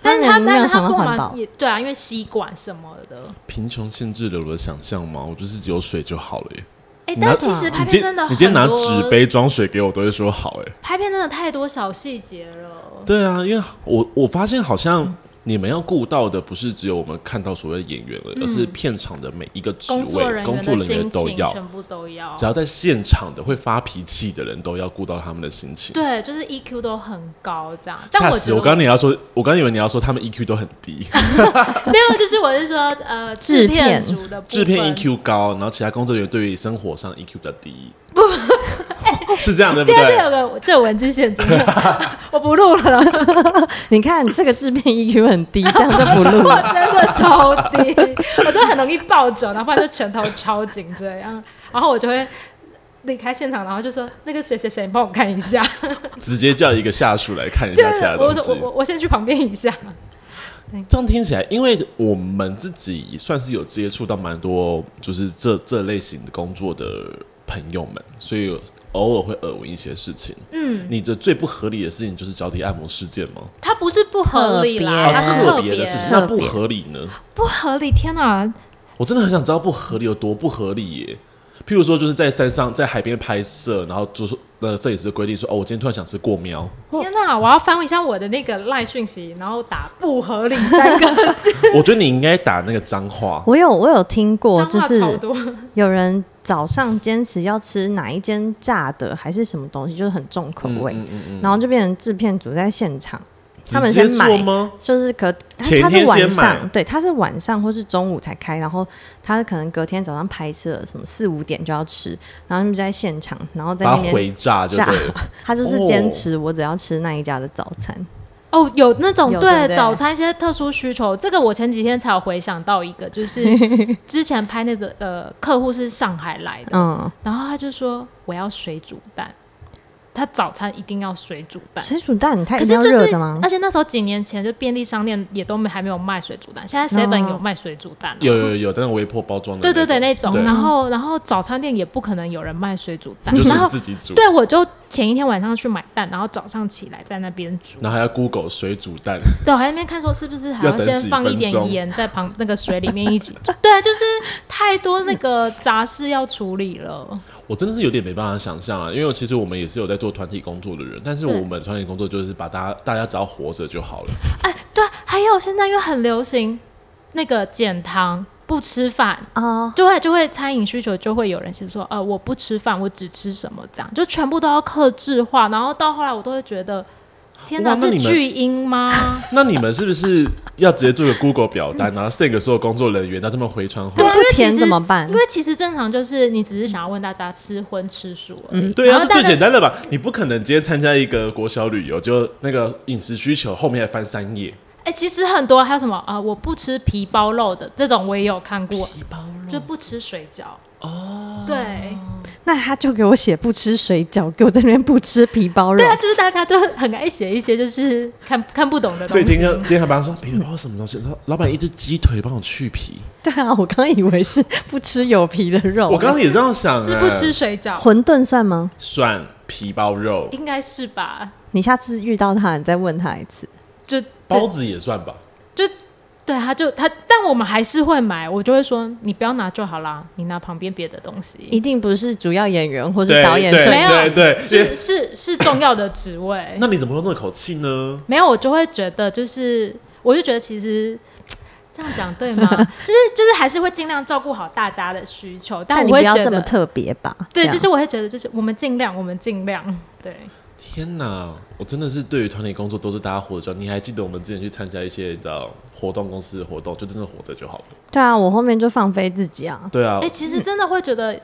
[SPEAKER 4] 但是
[SPEAKER 3] 他
[SPEAKER 4] 他
[SPEAKER 3] 没有
[SPEAKER 4] 但是
[SPEAKER 3] 想到
[SPEAKER 4] 他不
[SPEAKER 3] 环
[SPEAKER 4] 环
[SPEAKER 3] 保，
[SPEAKER 4] 也对啊，因为吸管什么的。
[SPEAKER 2] 贫穷限制了我的想象吗？我就是只有水就好了耶。
[SPEAKER 4] 哎、
[SPEAKER 2] 你拿
[SPEAKER 4] 但其实拍
[SPEAKER 2] 你今
[SPEAKER 4] 片真的
[SPEAKER 2] 你今天拿
[SPEAKER 4] 很多
[SPEAKER 2] 纸杯装水给我，都会说好哎。
[SPEAKER 4] 拍片真的太多小细节了。
[SPEAKER 2] 对啊，因为我我发现好像你们要顾到的不是只有我们看到所谓的演员了，而是片场的每一个职位，
[SPEAKER 4] 嗯工作人
[SPEAKER 2] 工
[SPEAKER 4] 员
[SPEAKER 2] 作
[SPEAKER 4] 的
[SPEAKER 2] 人员
[SPEAKER 4] 心
[SPEAKER 2] 都
[SPEAKER 4] 情
[SPEAKER 2] 要。
[SPEAKER 4] 全部都要，
[SPEAKER 2] 只要在现场的会发脾气的人都要顾到他们的心情。
[SPEAKER 4] 对，就是 EQ 都很高这样。但
[SPEAKER 2] 吓
[SPEAKER 4] 我
[SPEAKER 2] 死！
[SPEAKER 4] 觉
[SPEAKER 2] 我
[SPEAKER 4] 得
[SPEAKER 2] 刚刚你要说，我刚以为你要说他们 EQ 都很 低，
[SPEAKER 4] 没有，就是我是说呃，
[SPEAKER 3] 制
[SPEAKER 4] 制
[SPEAKER 3] 片
[SPEAKER 4] 片组的部
[SPEAKER 2] 制片 E
[SPEAKER 4] 分
[SPEAKER 2] EQ 高，然后其他工作人员对于生活上 EQ 比较低， 是这样对不
[SPEAKER 4] 今天就
[SPEAKER 2] 对？
[SPEAKER 4] 有个这有文字陷阱， 我不录了，
[SPEAKER 3] 你看这个制片 EQ 很低，这样就不录了。
[SPEAKER 4] 我 真的超低，我都很容易暴走，然后不然就拳头超紧这样，然后我就会离开现场，然后就说那个谁谁谁，你帮我看一下，
[SPEAKER 2] 直接叫一个下属来看一
[SPEAKER 4] 就
[SPEAKER 2] 下其
[SPEAKER 4] 是
[SPEAKER 2] 他
[SPEAKER 4] 我
[SPEAKER 2] 东
[SPEAKER 4] 说
[SPEAKER 2] 西
[SPEAKER 4] 我。我我先去旁边一下，
[SPEAKER 2] 这样听起来，因为我们自己算是有接触到蛮多，就是这这类型的工作的朋友们，所以偶尔会耳闻一些事情。嗯，你的最不合理的事情就是脚底按摩事件吗？
[SPEAKER 4] 它不是不合理啦，
[SPEAKER 3] 啊
[SPEAKER 4] 它哎是
[SPEAKER 2] 特
[SPEAKER 4] 特
[SPEAKER 2] 别
[SPEAKER 4] 别
[SPEAKER 2] 的事情，
[SPEAKER 3] 特
[SPEAKER 2] 那
[SPEAKER 3] 别
[SPEAKER 2] 不合理呢？
[SPEAKER 4] 不合理，天哪！
[SPEAKER 2] 我真的很想知道不合理有多不合理耶。譬如说，就是在山上、在海边拍摄，然后就是呃，摄影师规定说，哦，我今天突然想吃过 喵，
[SPEAKER 4] 天哪！我要翻一下我的那个赖讯息，然后打“不合理”三 个字，
[SPEAKER 2] 我觉得你应该打那个脏话。
[SPEAKER 3] 我有我有听过，
[SPEAKER 4] 脏
[SPEAKER 3] 就
[SPEAKER 4] 话
[SPEAKER 3] 是
[SPEAKER 4] 超多。
[SPEAKER 3] 有人早上坚持要吃哪一间炸的还是什么东西，就是很重口
[SPEAKER 2] 嗯
[SPEAKER 3] 味，然后就变成制片组在现场，他们先
[SPEAKER 2] 直接
[SPEAKER 3] 买
[SPEAKER 2] 做吗？
[SPEAKER 3] 就是可
[SPEAKER 2] 前
[SPEAKER 3] 他
[SPEAKER 2] 天
[SPEAKER 3] 是晚
[SPEAKER 2] 先
[SPEAKER 3] 上
[SPEAKER 2] 买，
[SPEAKER 3] 对，他是晚上或是中午才开，然后他可能隔天早上拍摄，什么四五点就要吃，然后他们就在现场，然后在
[SPEAKER 2] 把
[SPEAKER 3] 那
[SPEAKER 2] 它
[SPEAKER 3] 边
[SPEAKER 2] 回炸就
[SPEAKER 3] 炸
[SPEAKER 2] 对了。，
[SPEAKER 3] 他就是坚持我只要吃那一家的早餐，
[SPEAKER 4] 哦，有那种
[SPEAKER 3] 有对
[SPEAKER 4] 对
[SPEAKER 3] 不对
[SPEAKER 4] 早餐一些特殊需求，这个我前几天才有回想到一个，就是之前拍那个呃客户是上海来的，
[SPEAKER 3] 嗯，
[SPEAKER 4] 然后他就说我要水煮蛋，他早餐一定要水煮
[SPEAKER 2] 哎
[SPEAKER 4] 蛋。
[SPEAKER 3] 水煮蛋它
[SPEAKER 4] 可
[SPEAKER 3] 一
[SPEAKER 4] 是
[SPEAKER 3] 定要
[SPEAKER 4] 就
[SPEAKER 3] 热
[SPEAKER 4] 是
[SPEAKER 3] 的吗，
[SPEAKER 4] 而？且那时候几年前就便利商店也都没还没有卖水煮蛋，现在 Seven
[SPEAKER 3] 哦
[SPEAKER 4] 有卖水煮蛋了。
[SPEAKER 2] 有有有，但是微波包装的
[SPEAKER 4] 对
[SPEAKER 2] 那种，
[SPEAKER 4] 对对，那种。
[SPEAKER 2] 对
[SPEAKER 4] 然后然后早餐店也不可能有人卖水煮蛋
[SPEAKER 2] 就，
[SPEAKER 4] 然后
[SPEAKER 2] 是自己煮，
[SPEAKER 4] 对我就前一天晚上去买蛋，然后早上起来在那边煮，
[SPEAKER 2] 然后还要 Google 水煮蛋，
[SPEAKER 4] 对，我还在那边看说是不是还要
[SPEAKER 2] 要等
[SPEAKER 4] 先
[SPEAKER 2] 几
[SPEAKER 4] 放一
[SPEAKER 2] 分
[SPEAKER 4] 点
[SPEAKER 2] 钟
[SPEAKER 4] 盐在旁那个水里面一起煮。对，啊就是太多那个杂事要处理了。
[SPEAKER 2] 我真的是有点没办法想象啊，因为其实我们也是有在做团体工作的人，但是
[SPEAKER 4] 对
[SPEAKER 2] 我们团体工作就是把大家大家只要活着就好了，
[SPEAKER 4] 哎，对，还有现在又很流行那个减糖不吃饭，
[SPEAKER 2] 呃
[SPEAKER 3] 啊，
[SPEAKER 4] 就会就会餐饮需求就会有人先说，呃，我不吃饭，我只吃什么这样，就全部都要克制化。然后到后来我都会觉得，天哪，
[SPEAKER 2] 哇那
[SPEAKER 4] 是
[SPEAKER 2] 你们
[SPEAKER 4] 巨 婴吗？
[SPEAKER 2] 那你们是不是要直接做个 Google 表单，然后 send 给所有工作人员，让他们回传回
[SPEAKER 4] 对
[SPEAKER 2] 来？
[SPEAKER 4] 啊，
[SPEAKER 3] 不
[SPEAKER 4] 因为其
[SPEAKER 3] 甜
[SPEAKER 4] 实
[SPEAKER 3] 怎么办
[SPEAKER 4] 因为其实正常就是你只是想要问大家吃荤吃素而已。
[SPEAKER 2] 对
[SPEAKER 4] 然
[SPEAKER 2] 啊，
[SPEAKER 4] 后
[SPEAKER 2] 是
[SPEAKER 4] 大
[SPEAKER 2] 最
[SPEAKER 4] 家
[SPEAKER 2] 简单的吧？你不可能今天参加一个国小旅游，就那个饮食需求后面还翻三页，
[SPEAKER 4] 哎、其实很多还有什么啊、呃我不吃皮包肉的这种，我也有看过，皮包肉就不吃水饺哦。对，
[SPEAKER 3] 那他就给我写不吃水饺，给我在那边不吃皮包肉
[SPEAKER 4] 对。啊，就是大家都很爱写一些就是看看不懂的
[SPEAKER 2] 所以
[SPEAKER 4] 东
[SPEAKER 2] 今
[SPEAKER 4] 西
[SPEAKER 3] 啊
[SPEAKER 2] 天。今天还帮他说，别人不知道什么东西，说老板一只鸡腿帮我去皮，
[SPEAKER 3] 对啊，我刚以为是不吃有皮的肉。
[SPEAKER 2] 我刚刚也这样想、
[SPEAKER 4] 哦是
[SPEAKER 2] 哎
[SPEAKER 4] 不吃水饺，
[SPEAKER 3] 馄饨算吗？
[SPEAKER 2] 蒜皮包肉，
[SPEAKER 4] 应该是吧？
[SPEAKER 3] 你下次遇到他，你再问他一次。
[SPEAKER 4] 就
[SPEAKER 2] 包子也算吧。
[SPEAKER 4] 就对，他就他，但我们还是会买，我就会说你不要拿就好啦，你拿旁边别的东
[SPEAKER 3] 一
[SPEAKER 4] 西。
[SPEAKER 3] 定不是主要演员或是
[SPEAKER 2] 对
[SPEAKER 3] 导演
[SPEAKER 2] 对
[SPEAKER 3] 摄
[SPEAKER 4] 没
[SPEAKER 3] 影
[SPEAKER 4] 有
[SPEAKER 3] 师，
[SPEAKER 2] 对对，
[SPEAKER 4] 是是是重要的职位，
[SPEAKER 2] 那你怎么用这口气呢？
[SPEAKER 4] 没有，我就会觉得就是，我就觉得其实这样讲对 吗？就是就是还是会尽量照顾好大家的需求，但
[SPEAKER 3] 但你
[SPEAKER 4] 我
[SPEAKER 3] 不
[SPEAKER 4] 会
[SPEAKER 3] 要
[SPEAKER 4] 觉
[SPEAKER 3] 这么
[SPEAKER 4] 得，
[SPEAKER 3] 特别啊吧？
[SPEAKER 4] 对，
[SPEAKER 3] 这样
[SPEAKER 4] 就是我会觉得就是我们尽量，我们尽量，对。
[SPEAKER 2] 天哪，我真的是对于团体工作都是大家活着就好。你还记得我们之前去参加一些你知道活动公司的活动，就真的活着就好了。
[SPEAKER 3] 对啊，我后面就放飞自己啊。
[SPEAKER 2] 对啊
[SPEAKER 4] 哎、，其实真的会觉得，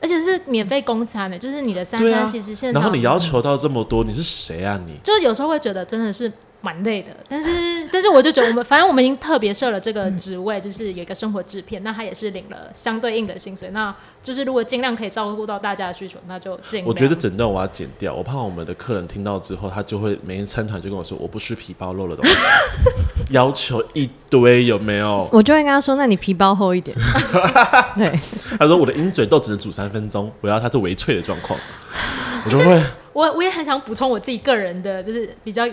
[SPEAKER 4] 而且是免费供餐的，欸就是你的三
[SPEAKER 2] 对
[SPEAKER 4] 餐
[SPEAKER 2] 啊
[SPEAKER 4] 其实现场，
[SPEAKER 2] 然后你要求到这么多，你是谁啊你？
[SPEAKER 4] 就是有时候会觉得真的是蛮累的，但是 但是我就觉得我们反正我们已经特别设了这个职位，就是有一个生活制片，那他也是领了相对应的薪水，那就是如果尽量可以照顾到大家的需求，那就尽量。
[SPEAKER 2] 我觉得整段我要剪掉，我怕我们的客人听到之后，他就会每天参团就跟我说我不吃皮包肉的东西， 要求一堆有没有？
[SPEAKER 3] 我就会跟他说：“那你皮包厚 一点。”对，
[SPEAKER 2] 他说我的鹰嘴豆只能煮三分钟，我要它是微脆的状况，我就会。
[SPEAKER 4] 我我也很想补充我自己个人的，就是比较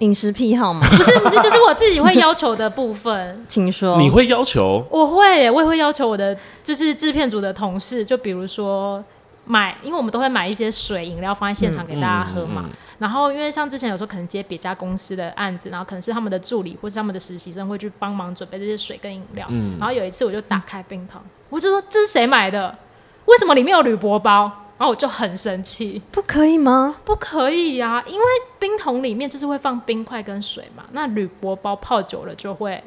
[SPEAKER 3] 饮食癖好嘛，
[SPEAKER 4] 不是不是，就是我自己会要求的部分。
[SPEAKER 3] 请说。
[SPEAKER 2] 你会要求
[SPEAKER 4] 我会耶，我也会要求我的就是制片组的同事，就比如说买，因为我们都会买一些水饮料放在现场
[SPEAKER 2] 嗯
[SPEAKER 4] 给大家喝嘛。然后因为像之前有时候可能接别家公司的案子，然后可能是他们的助理或是他们的实习生会去帮忙准备这些水跟饮料。然后有一次我就打开冰糖，我就说这是谁买的？为什么里面有铝箔包？然后我就很生气，
[SPEAKER 3] 不可以吗？
[SPEAKER 4] 不可以呀、因为冰桶里面就是会放冰块跟水嘛，那铝箔包泡久了就会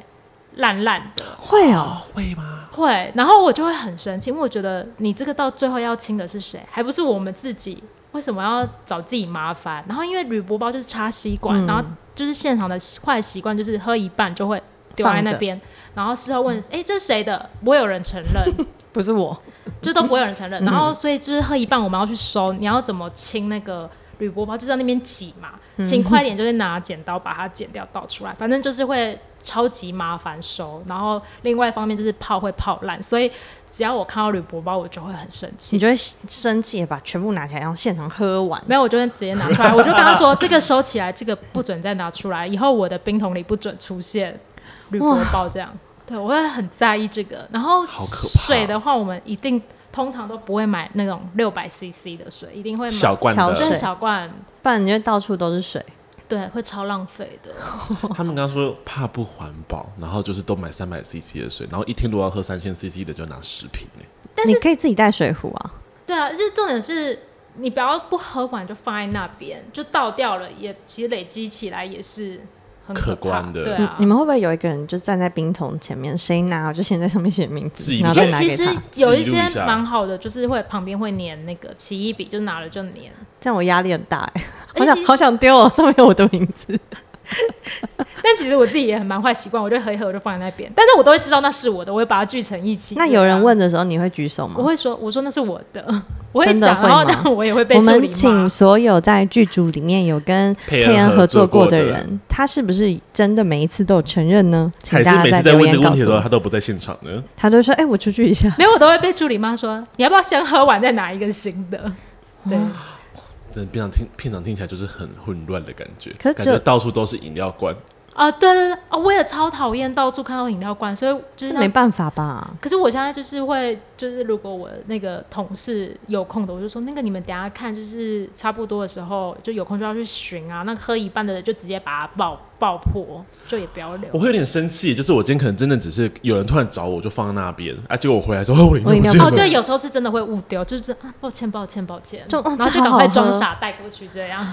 [SPEAKER 4] 烂烂的。
[SPEAKER 3] 会哦，
[SPEAKER 2] 会吗？
[SPEAKER 4] 会，然后我就会很生气，因为我觉得你这个到最后要清的是谁，还不是我们自己？为什么要找自己麻烦？然后因为铝箔包就是插吸管，
[SPEAKER 3] 嗯
[SPEAKER 4] 然后就是现场的习坏习惯就是喝一半就会丢在
[SPEAKER 3] 放
[SPEAKER 4] 那
[SPEAKER 3] 着
[SPEAKER 4] 边，然后事后问，哎、这是谁的？不会有人承认，
[SPEAKER 3] 不是我，
[SPEAKER 4] 就都不会有人承
[SPEAKER 3] 嗯
[SPEAKER 4] 认。然后所以就是喝一半，我们要去收，你要怎么清那个铝箔包？就在那边挤嘛，
[SPEAKER 3] 嗯
[SPEAKER 4] 请快点，就是拿剪刀把它剪掉倒出来，反正就是会超级麻烦收。然后另外一方面就是泡会泡烂，所以只要我看到铝箔包，我就会很生
[SPEAKER 3] 你
[SPEAKER 4] 气。
[SPEAKER 3] 就会生气，把全部拿起来，然后现场喝完。
[SPEAKER 4] 没有，我就会直接拿出来，我就跟他说：“这个收起来，这个不准再拿出来，以后我的冰桶里不准出现铝箔包。”这样，对我会很在意这个。然后
[SPEAKER 2] 好可怕
[SPEAKER 4] 水的话，我们一定通常都不会买那种六百 CC 的水，一定会买
[SPEAKER 2] 小罐
[SPEAKER 3] 小
[SPEAKER 4] 对
[SPEAKER 2] 的
[SPEAKER 3] 水，
[SPEAKER 4] 小罐，
[SPEAKER 3] 不然你就到处都是水。
[SPEAKER 4] 对，会超浪费的。
[SPEAKER 2] 他们刚刚说怕不环保，然后就是都买三百 CC 的水，然后一天如果要喝三千 CC 的，就拿十瓶、欸、
[SPEAKER 4] 但
[SPEAKER 3] 你
[SPEAKER 4] 是
[SPEAKER 3] 可以自己带水壶啊。
[SPEAKER 4] 对啊，就是重点是你不要不喝完就放在那边，就倒掉了，也其实累积起来也是很
[SPEAKER 2] 可
[SPEAKER 4] 可怕
[SPEAKER 2] 观的
[SPEAKER 4] 对
[SPEAKER 3] 你
[SPEAKER 4] 啊，
[SPEAKER 3] 你们会不会有一个人就站在冰桶前面，谁拿我就先在上面写名
[SPEAKER 2] 自
[SPEAKER 3] 字，
[SPEAKER 2] 己
[SPEAKER 3] 然后
[SPEAKER 2] 就
[SPEAKER 4] 哎、
[SPEAKER 3] 再拿
[SPEAKER 4] 其
[SPEAKER 3] 给
[SPEAKER 4] 实
[SPEAKER 3] 他，
[SPEAKER 4] 有一
[SPEAKER 2] 记录
[SPEAKER 4] 些
[SPEAKER 2] 一下
[SPEAKER 4] 蛮好的，就是会旁边会粘那个奇异笔，就拿了就粘。
[SPEAKER 3] 这样我压力很大哎、好
[SPEAKER 4] 而且其
[SPEAKER 3] 想
[SPEAKER 4] 实
[SPEAKER 3] 好想丢哦，上面有我的名字。
[SPEAKER 4] 但其实我自己也很蛮坏习惯，我就合一合，我就放在那边。但是我都会知道那是我的，我会把它聚成一起。
[SPEAKER 3] 那
[SPEAKER 4] 这样
[SPEAKER 3] 有人，问的时候，你会举手吗？
[SPEAKER 4] 啊我会说，我说那是我的，我会
[SPEAKER 3] 真的
[SPEAKER 4] 讲，
[SPEAKER 3] 会
[SPEAKER 4] 然后
[SPEAKER 3] 吗
[SPEAKER 4] 但我也会被
[SPEAKER 3] 我
[SPEAKER 4] 助理
[SPEAKER 3] 们
[SPEAKER 4] 骂
[SPEAKER 3] 请所有在剧组里面有跟
[SPEAKER 2] 佩
[SPEAKER 3] 恩
[SPEAKER 2] 恩
[SPEAKER 3] 合
[SPEAKER 2] 合
[SPEAKER 3] 作
[SPEAKER 2] 作
[SPEAKER 3] 过
[SPEAKER 2] 过
[SPEAKER 3] 的
[SPEAKER 2] 的
[SPEAKER 3] 人，他是不是真的每一次都有承认呢？请
[SPEAKER 2] 还是
[SPEAKER 3] 大
[SPEAKER 2] 每
[SPEAKER 3] 家
[SPEAKER 2] 次在
[SPEAKER 3] 留
[SPEAKER 2] 问这个
[SPEAKER 3] 言
[SPEAKER 2] 问
[SPEAKER 3] 告
[SPEAKER 2] 题的时
[SPEAKER 3] 诉
[SPEAKER 2] 候，
[SPEAKER 3] 我。
[SPEAKER 2] 他都不在现场呢？
[SPEAKER 3] 他都会说：“哎、我出去一 下。
[SPEAKER 4] 没有，我都会被助理妈说，你要不要先喝完再拿一个新的？对，
[SPEAKER 2] 真的片场听片场听起来就是很混乱的感觉，
[SPEAKER 3] 可是
[SPEAKER 2] 感
[SPEAKER 3] 这
[SPEAKER 2] 觉到处都是饮料罐。
[SPEAKER 4] 啊，对对对，啊、我也超讨厌到处看到饮料罐，所以”就
[SPEAKER 3] 这
[SPEAKER 4] 是像
[SPEAKER 3] 没办法吧？
[SPEAKER 4] 可是我现在就是会，就是如果我那个同事有空的，我就说那个你们等一下看，就是差不多的时候就有空就要去寻啊，那喝一半的就直接把它爆爆破，就也不要留
[SPEAKER 2] 我。会有点生气，就是我今天可能真的只是有人突然找我，我就放在那边，啊，结果我回来之后，哦我饮
[SPEAKER 3] 我饮
[SPEAKER 2] 料不
[SPEAKER 3] 料
[SPEAKER 2] 见
[SPEAKER 3] 不
[SPEAKER 4] 哦，
[SPEAKER 2] 了。
[SPEAKER 4] 对，有时候是真的会误丢，就是啊，抱歉，抱歉，抱歉，
[SPEAKER 3] 就哦
[SPEAKER 4] 然后
[SPEAKER 3] 这
[SPEAKER 4] 就
[SPEAKER 3] 好
[SPEAKER 4] 赶
[SPEAKER 3] 好
[SPEAKER 4] 快
[SPEAKER 3] 喝
[SPEAKER 4] 装傻带过去，这样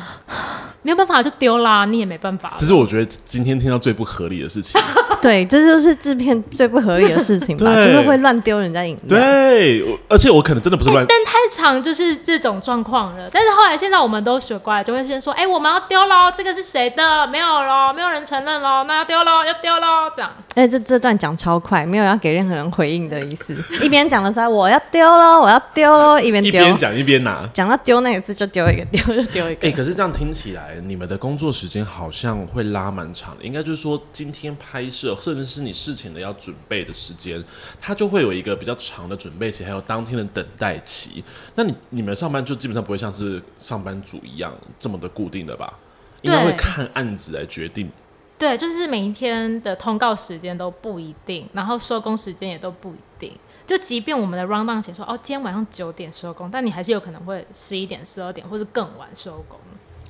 [SPEAKER 4] 没有办法就丢啦，你也没办法。
[SPEAKER 2] 这是我觉得今天听到最不合理的事 情。
[SPEAKER 3] 对，这就是制片最不合理的事 情吧，
[SPEAKER 2] 对
[SPEAKER 3] 就是会乱丢人家饮料。
[SPEAKER 2] 对，我而且我可能真的不是
[SPEAKER 4] 哎
[SPEAKER 2] 乱，
[SPEAKER 4] 但太常就是这种状况了。但是后来现在我们都学乖了，就会先说：“哎、我们要丢喽，这个是谁的？没有喽，没有人承认喽，那要丢喽，要丢喽。”这样
[SPEAKER 3] 哎，这这段讲超快，没有要给任何人回应的意思。 一边讲的时候，哎我要丢喽，我要丢 喽，一边
[SPEAKER 2] 一
[SPEAKER 3] 丢
[SPEAKER 2] 边，讲一边拿。
[SPEAKER 3] 讲到丢那个字就丢一个， 丢就丢一个。
[SPEAKER 2] 哎、可是这样听起来，你们的工作时间好像会拉蛮长的。应该就是说，今天拍摄，甚至是你事前的要准备的时间，它就会有一个比较长的准备期，还有当天的等待期。那你你们上班就基本上不会像是上班族一样这么的固定的吧？应该
[SPEAKER 4] 对
[SPEAKER 2] 会看案子来决定。
[SPEAKER 4] 对，就是每一天的通告时间都不一定，然后收工时间也都不一定。就即便我们的 round down 写说哦，今天晚上九点收工，但你还是有可能会十一点、十二点，或是更晚收工。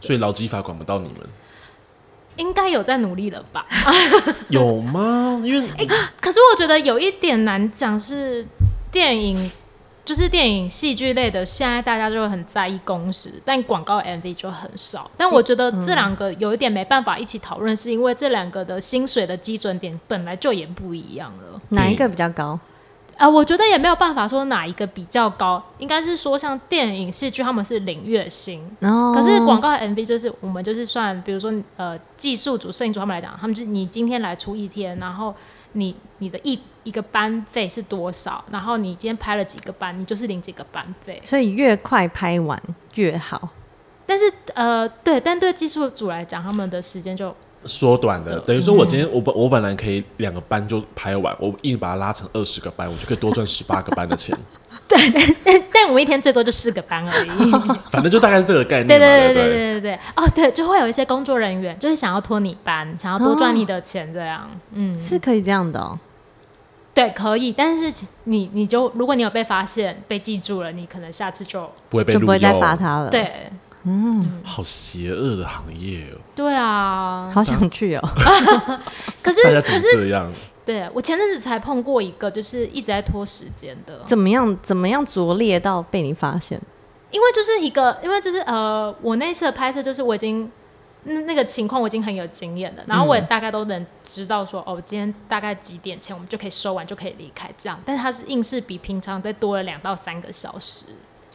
[SPEAKER 2] 所以劳基法管不到你们，
[SPEAKER 4] 应该有在努力了吧？
[SPEAKER 2] 有吗？因为
[SPEAKER 4] 可是我觉得有一点难讲是电影，就是电影戏剧类的，现在大家就会很在意工时，但广告 MV 就很少。但我觉得这两个有一点没办法一起讨论，是因为这两个的薪水的基准点本来就也不一样了。
[SPEAKER 3] 哪一个比较高？
[SPEAKER 4] 啊、我觉得也没有办法说哪一个比较高，应该是说像电影戏剧他们是领月薪，
[SPEAKER 3] 然后
[SPEAKER 4] 可是广告 MV 就是我们就是算，比如说呃技术组、摄影组他们来讲，他们就是你今天来出一天，然后你你的一一个班费是多少，然后你今天拍了几个班，你就是领几个班费。
[SPEAKER 3] 所以越快拍完越好。
[SPEAKER 4] 但是呃对，但对技术组来讲，他们的时间就
[SPEAKER 2] 缩短了，等于
[SPEAKER 4] 嗯
[SPEAKER 2] 说我今天我本我本来可以两个班就拍完，我硬把它拉成二十个班，我就可以多赚十八个班的钱。
[SPEAKER 4] 但我们一天最多就四个班而已。
[SPEAKER 2] 反正就大概是这个概念
[SPEAKER 4] 对
[SPEAKER 2] 嘛，
[SPEAKER 4] 对对
[SPEAKER 2] 不
[SPEAKER 4] 对对对对，哦对，就会有一些工作人员就是想要拖你班，想要多
[SPEAKER 2] 哦
[SPEAKER 4] 赚你的钱这样。嗯，
[SPEAKER 3] 是可以这样的哦。
[SPEAKER 4] 对，可以，但是其你你就如果你有被发现被记住了，你可能下次就
[SPEAKER 2] 不会被
[SPEAKER 3] 就
[SPEAKER 2] 录
[SPEAKER 3] 不会再
[SPEAKER 2] 用
[SPEAKER 3] 罚，他了。，
[SPEAKER 4] 对。
[SPEAKER 2] 好邪恶的行业哦，
[SPEAKER 4] 对啊，
[SPEAKER 3] 好想去 哦。
[SPEAKER 2] 大家怎么
[SPEAKER 4] 可是可是，
[SPEAKER 2] 这样？
[SPEAKER 4] 对我前阵子才碰过一个，就是一直在拖时间的，
[SPEAKER 3] 怎么样？怎么样拙劣到被你发现？
[SPEAKER 4] 因为就是一个，因为就是呃，我那一次的拍摄就是我已经那那个情况我已经很有经验了，然
[SPEAKER 3] 嗯
[SPEAKER 4] 后我也大概都能知道说，哦，今天大概几点前我们就可以收完，就可以离开这样，但是它是硬是比平常再多了两到三个小时，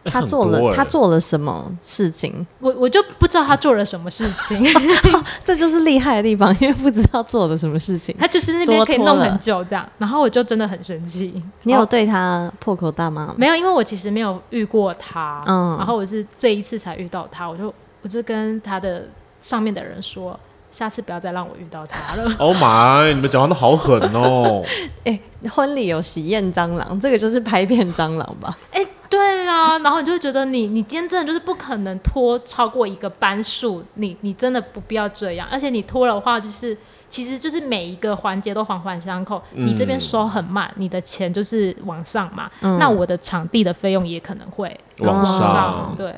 [SPEAKER 3] 他做
[SPEAKER 2] 很多
[SPEAKER 3] 了
[SPEAKER 2] 欸
[SPEAKER 3] 他做了什么事情？
[SPEAKER 4] 我我就不知道他做了什么事情，
[SPEAKER 3] 这就是厉害的地方，因为不知道做了什么事情。
[SPEAKER 4] 他就是那边可以
[SPEAKER 3] 多
[SPEAKER 4] 弄
[SPEAKER 3] 拖了
[SPEAKER 4] 很久这样，然后我就真的很生气，哦
[SPEAKER 3] 你有对他破口大骂吗？
[SPEAKER 4] 没有，因为我其实没有遇过他，
[SPEAKER 3] 嗯
[SPEAKER 4] 然后我是这一次才遇到他，我就我就跟他的上面的人说，下次不要再让我遇到他了。
[SPEAKER 2] Oh my！你们讲话都好狠 哦！
[SPEAKER 3] 哎、婚礼有喜宴蟑螂，这个就是拍片蟑螂吧？
[SPEAKER 4] 哎、对啊，然后你就会觉得你你今天真的就是不可能拖超过一个班数，你你真的不必要这样，而且你拖了的话，就是其实就是每一个环节都环环相扣，
[SPEAKER 2] 嗯
[SPEAKER 4] 你这边收很慢，你的钱就是往上嘛，
[SPEAKER 3] 嗯
[SPEAKER 4] 那我的场地的费用也可能会
[SPEAKER 2] 往
[SPEAKER 4] 上，
[SPEAKER 2] 上，
[SPEAKER 4] 对。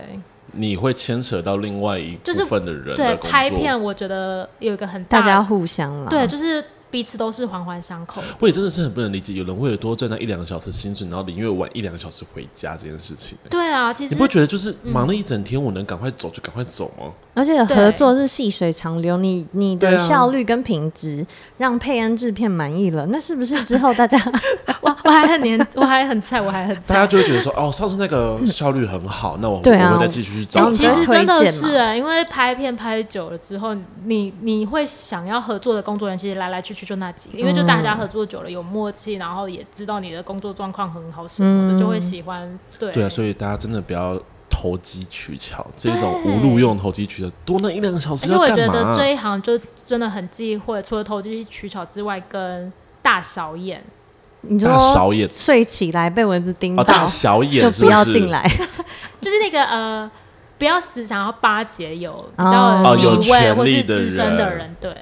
[SPEAKER 2] 你会牵扯到另外一
[SPEAKER 4] 就是
[SPEAKER 2] 部分的人
[SPEAKER 4] 对
[SPEAKER 2] 的工
[SPEAKER 4] 拍
[SPEAKER 2] 作。
[SPEAKER 4] 片，我觉得有一个很
[SPEAKER 3] 大
[SPEAKER 4] 大的
[SPEAKER 3] 家互相啦。嗯
[SPEAKER 4] 对，，就是彼此都是环环相扣的。
[SPEAKER 2] 我也真的是很不能理解，有人为了多赚那一两个小时薪水，然后宁愿晚一两个小时回家这件事情、欸
[SPEAKER 4] 对啊，其
[SPEAKER 2] 你
[SPEAKER 4] 实
[SPEAKER 2] 不觉得就是忙了一整天，我能赶快走就赶快走吗？
[SPEAKER 3] 而且
[SPEAKER 4] 对
[SPEAKER 3] 合作是细水长流，你你
[SPEAKER 2] 对
[SPEAKER 3] 的
[SPEAKER 2] 啊
[SPEAKER 3] 效率跟品质让佩恩制片满意了，那是不是之后大家
[SPEAKER 4] 我我还很年，我还很菜，我还很
[SPEAKER 2] 大家
[SPEAKER 4] 菜。
[SPEAKER 2] 就会觉得说，哦，上次那个效率很好，那我
[SPEAKER 3] 嗯对啊
[SPEAKER 2] 我会再继续去
[SPEAKER 4] 哎、
[SPEAKER 2] 找。啊
[SPEAKER 3] 我
[SPEAKER 4] 其实真的
[SPEAKER 3] 推荐嘛
[SPEAKER 4] 是哎、因为拍片拍久了之后，你你会想要合作的工作人，其实来来去去就那几个，因为就大
[SPEAKER 3] 嗯
[SPEAKER 4] 家合作久了有默契，然后也知道你的工作状况很好什么的，就
[SPEAKER 3] 嗯
[SPEAKER 4] 会喜欢。对
[SPEAKER 2] 对啊，所以大家真的不要投机取巧，这种
[SPEAKER 4] 对
[SPEAKER 2] 无路用投机取巧，多那一两个小时
[SPEAKER 4] 而且
[SPEAKER 2] 要
[SPEAKER 4] 我
[SPEAKER 2] 干
[SPEAKER 4] 觉
[SPEAKER 2] 嘛、啊
[SPEAKER 4] 得这一行就真的很忌讳，除了投机取巧之外，跟大小眼。
[SPEAKER 3] 你
[SPEAKER 2] 大
[SPEAKER 3] 说
[SPEAKER 2] 小眼
[SPEAKER 3] 睡起来被蚊子叮
[SPEAKER 2] 哦，
[SPEAKER 3] 到、
[SPEAKER 2] 大小眼
[SPEAKER 3] 就不要
[SPEAKER 2] 是是
[SPEAKER 3] 进。来？
[SPEAKER 4] 就是那个呃，不要死想要巴结有比
[SPEAKER 3] 哦
[SPEAKER 4] 较
[SPEAKER 2] 有
[SPEAKER 4] 地位
[SPEAKER 2] 权
[SPEAKER 4] 或
[SPEAKER 2] 力
[SPEAKER 4] 是
[SPEAKER 2] 的
[SPEAKER 4] 资深的
[SPEAKER 2] 人
[SPEAKER 4] 人，对，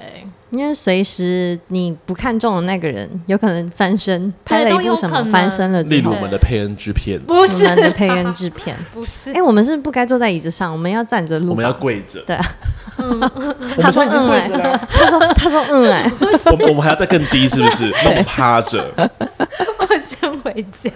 [SPEAKER 3] 因为随时你不看中的那个人，有可能翻身，拍了
[SPEAKER 4] 都
[SPEAKER 3] 一
[SPEAKER 4] 有
[SPEAKER 3] 部什
[SPEAKER 4] 可
[SPEAKER 3] 么
[SPEAKER 4] 能
[SPEAKER 3] 翻身了
[SPEAKER 2] 例
[SPEAKER 3] 之
[SPEAKER 2] 如
[SPEAKER 3] 后
[SPEAKER 2] 我，们的佩恩制片，
[SPEAKER 4] 不
[SPEAKER 3] 我们的配音制 片。
[SPEAKER 4] 不是
[SPEAKER 3] 哎、，我们是不该坐在椅子上，我们要站着录吧。
[SPEAKER 2] 我们要跪着。
[SPEAKER 3] 对啊，
[SPEAKER 2] 我
[SPEAKER 3] 他
[SPEAKER 2] 们
[SPEAKER 3] 说
[SPEAKER 2] 现在已经
[SPEAKER 3] 嗯
[SPEAKER 2] 跪
[SPEAKER 3] 哎、
[SPEAKER 2] 着了。啊
[SPEAKER 3] 他说他说嗯 哎、
[SPEAKER 2] 我们我们还要再更低，是不 是？那我们趴着。
[SPEAKER 4] 我先回家。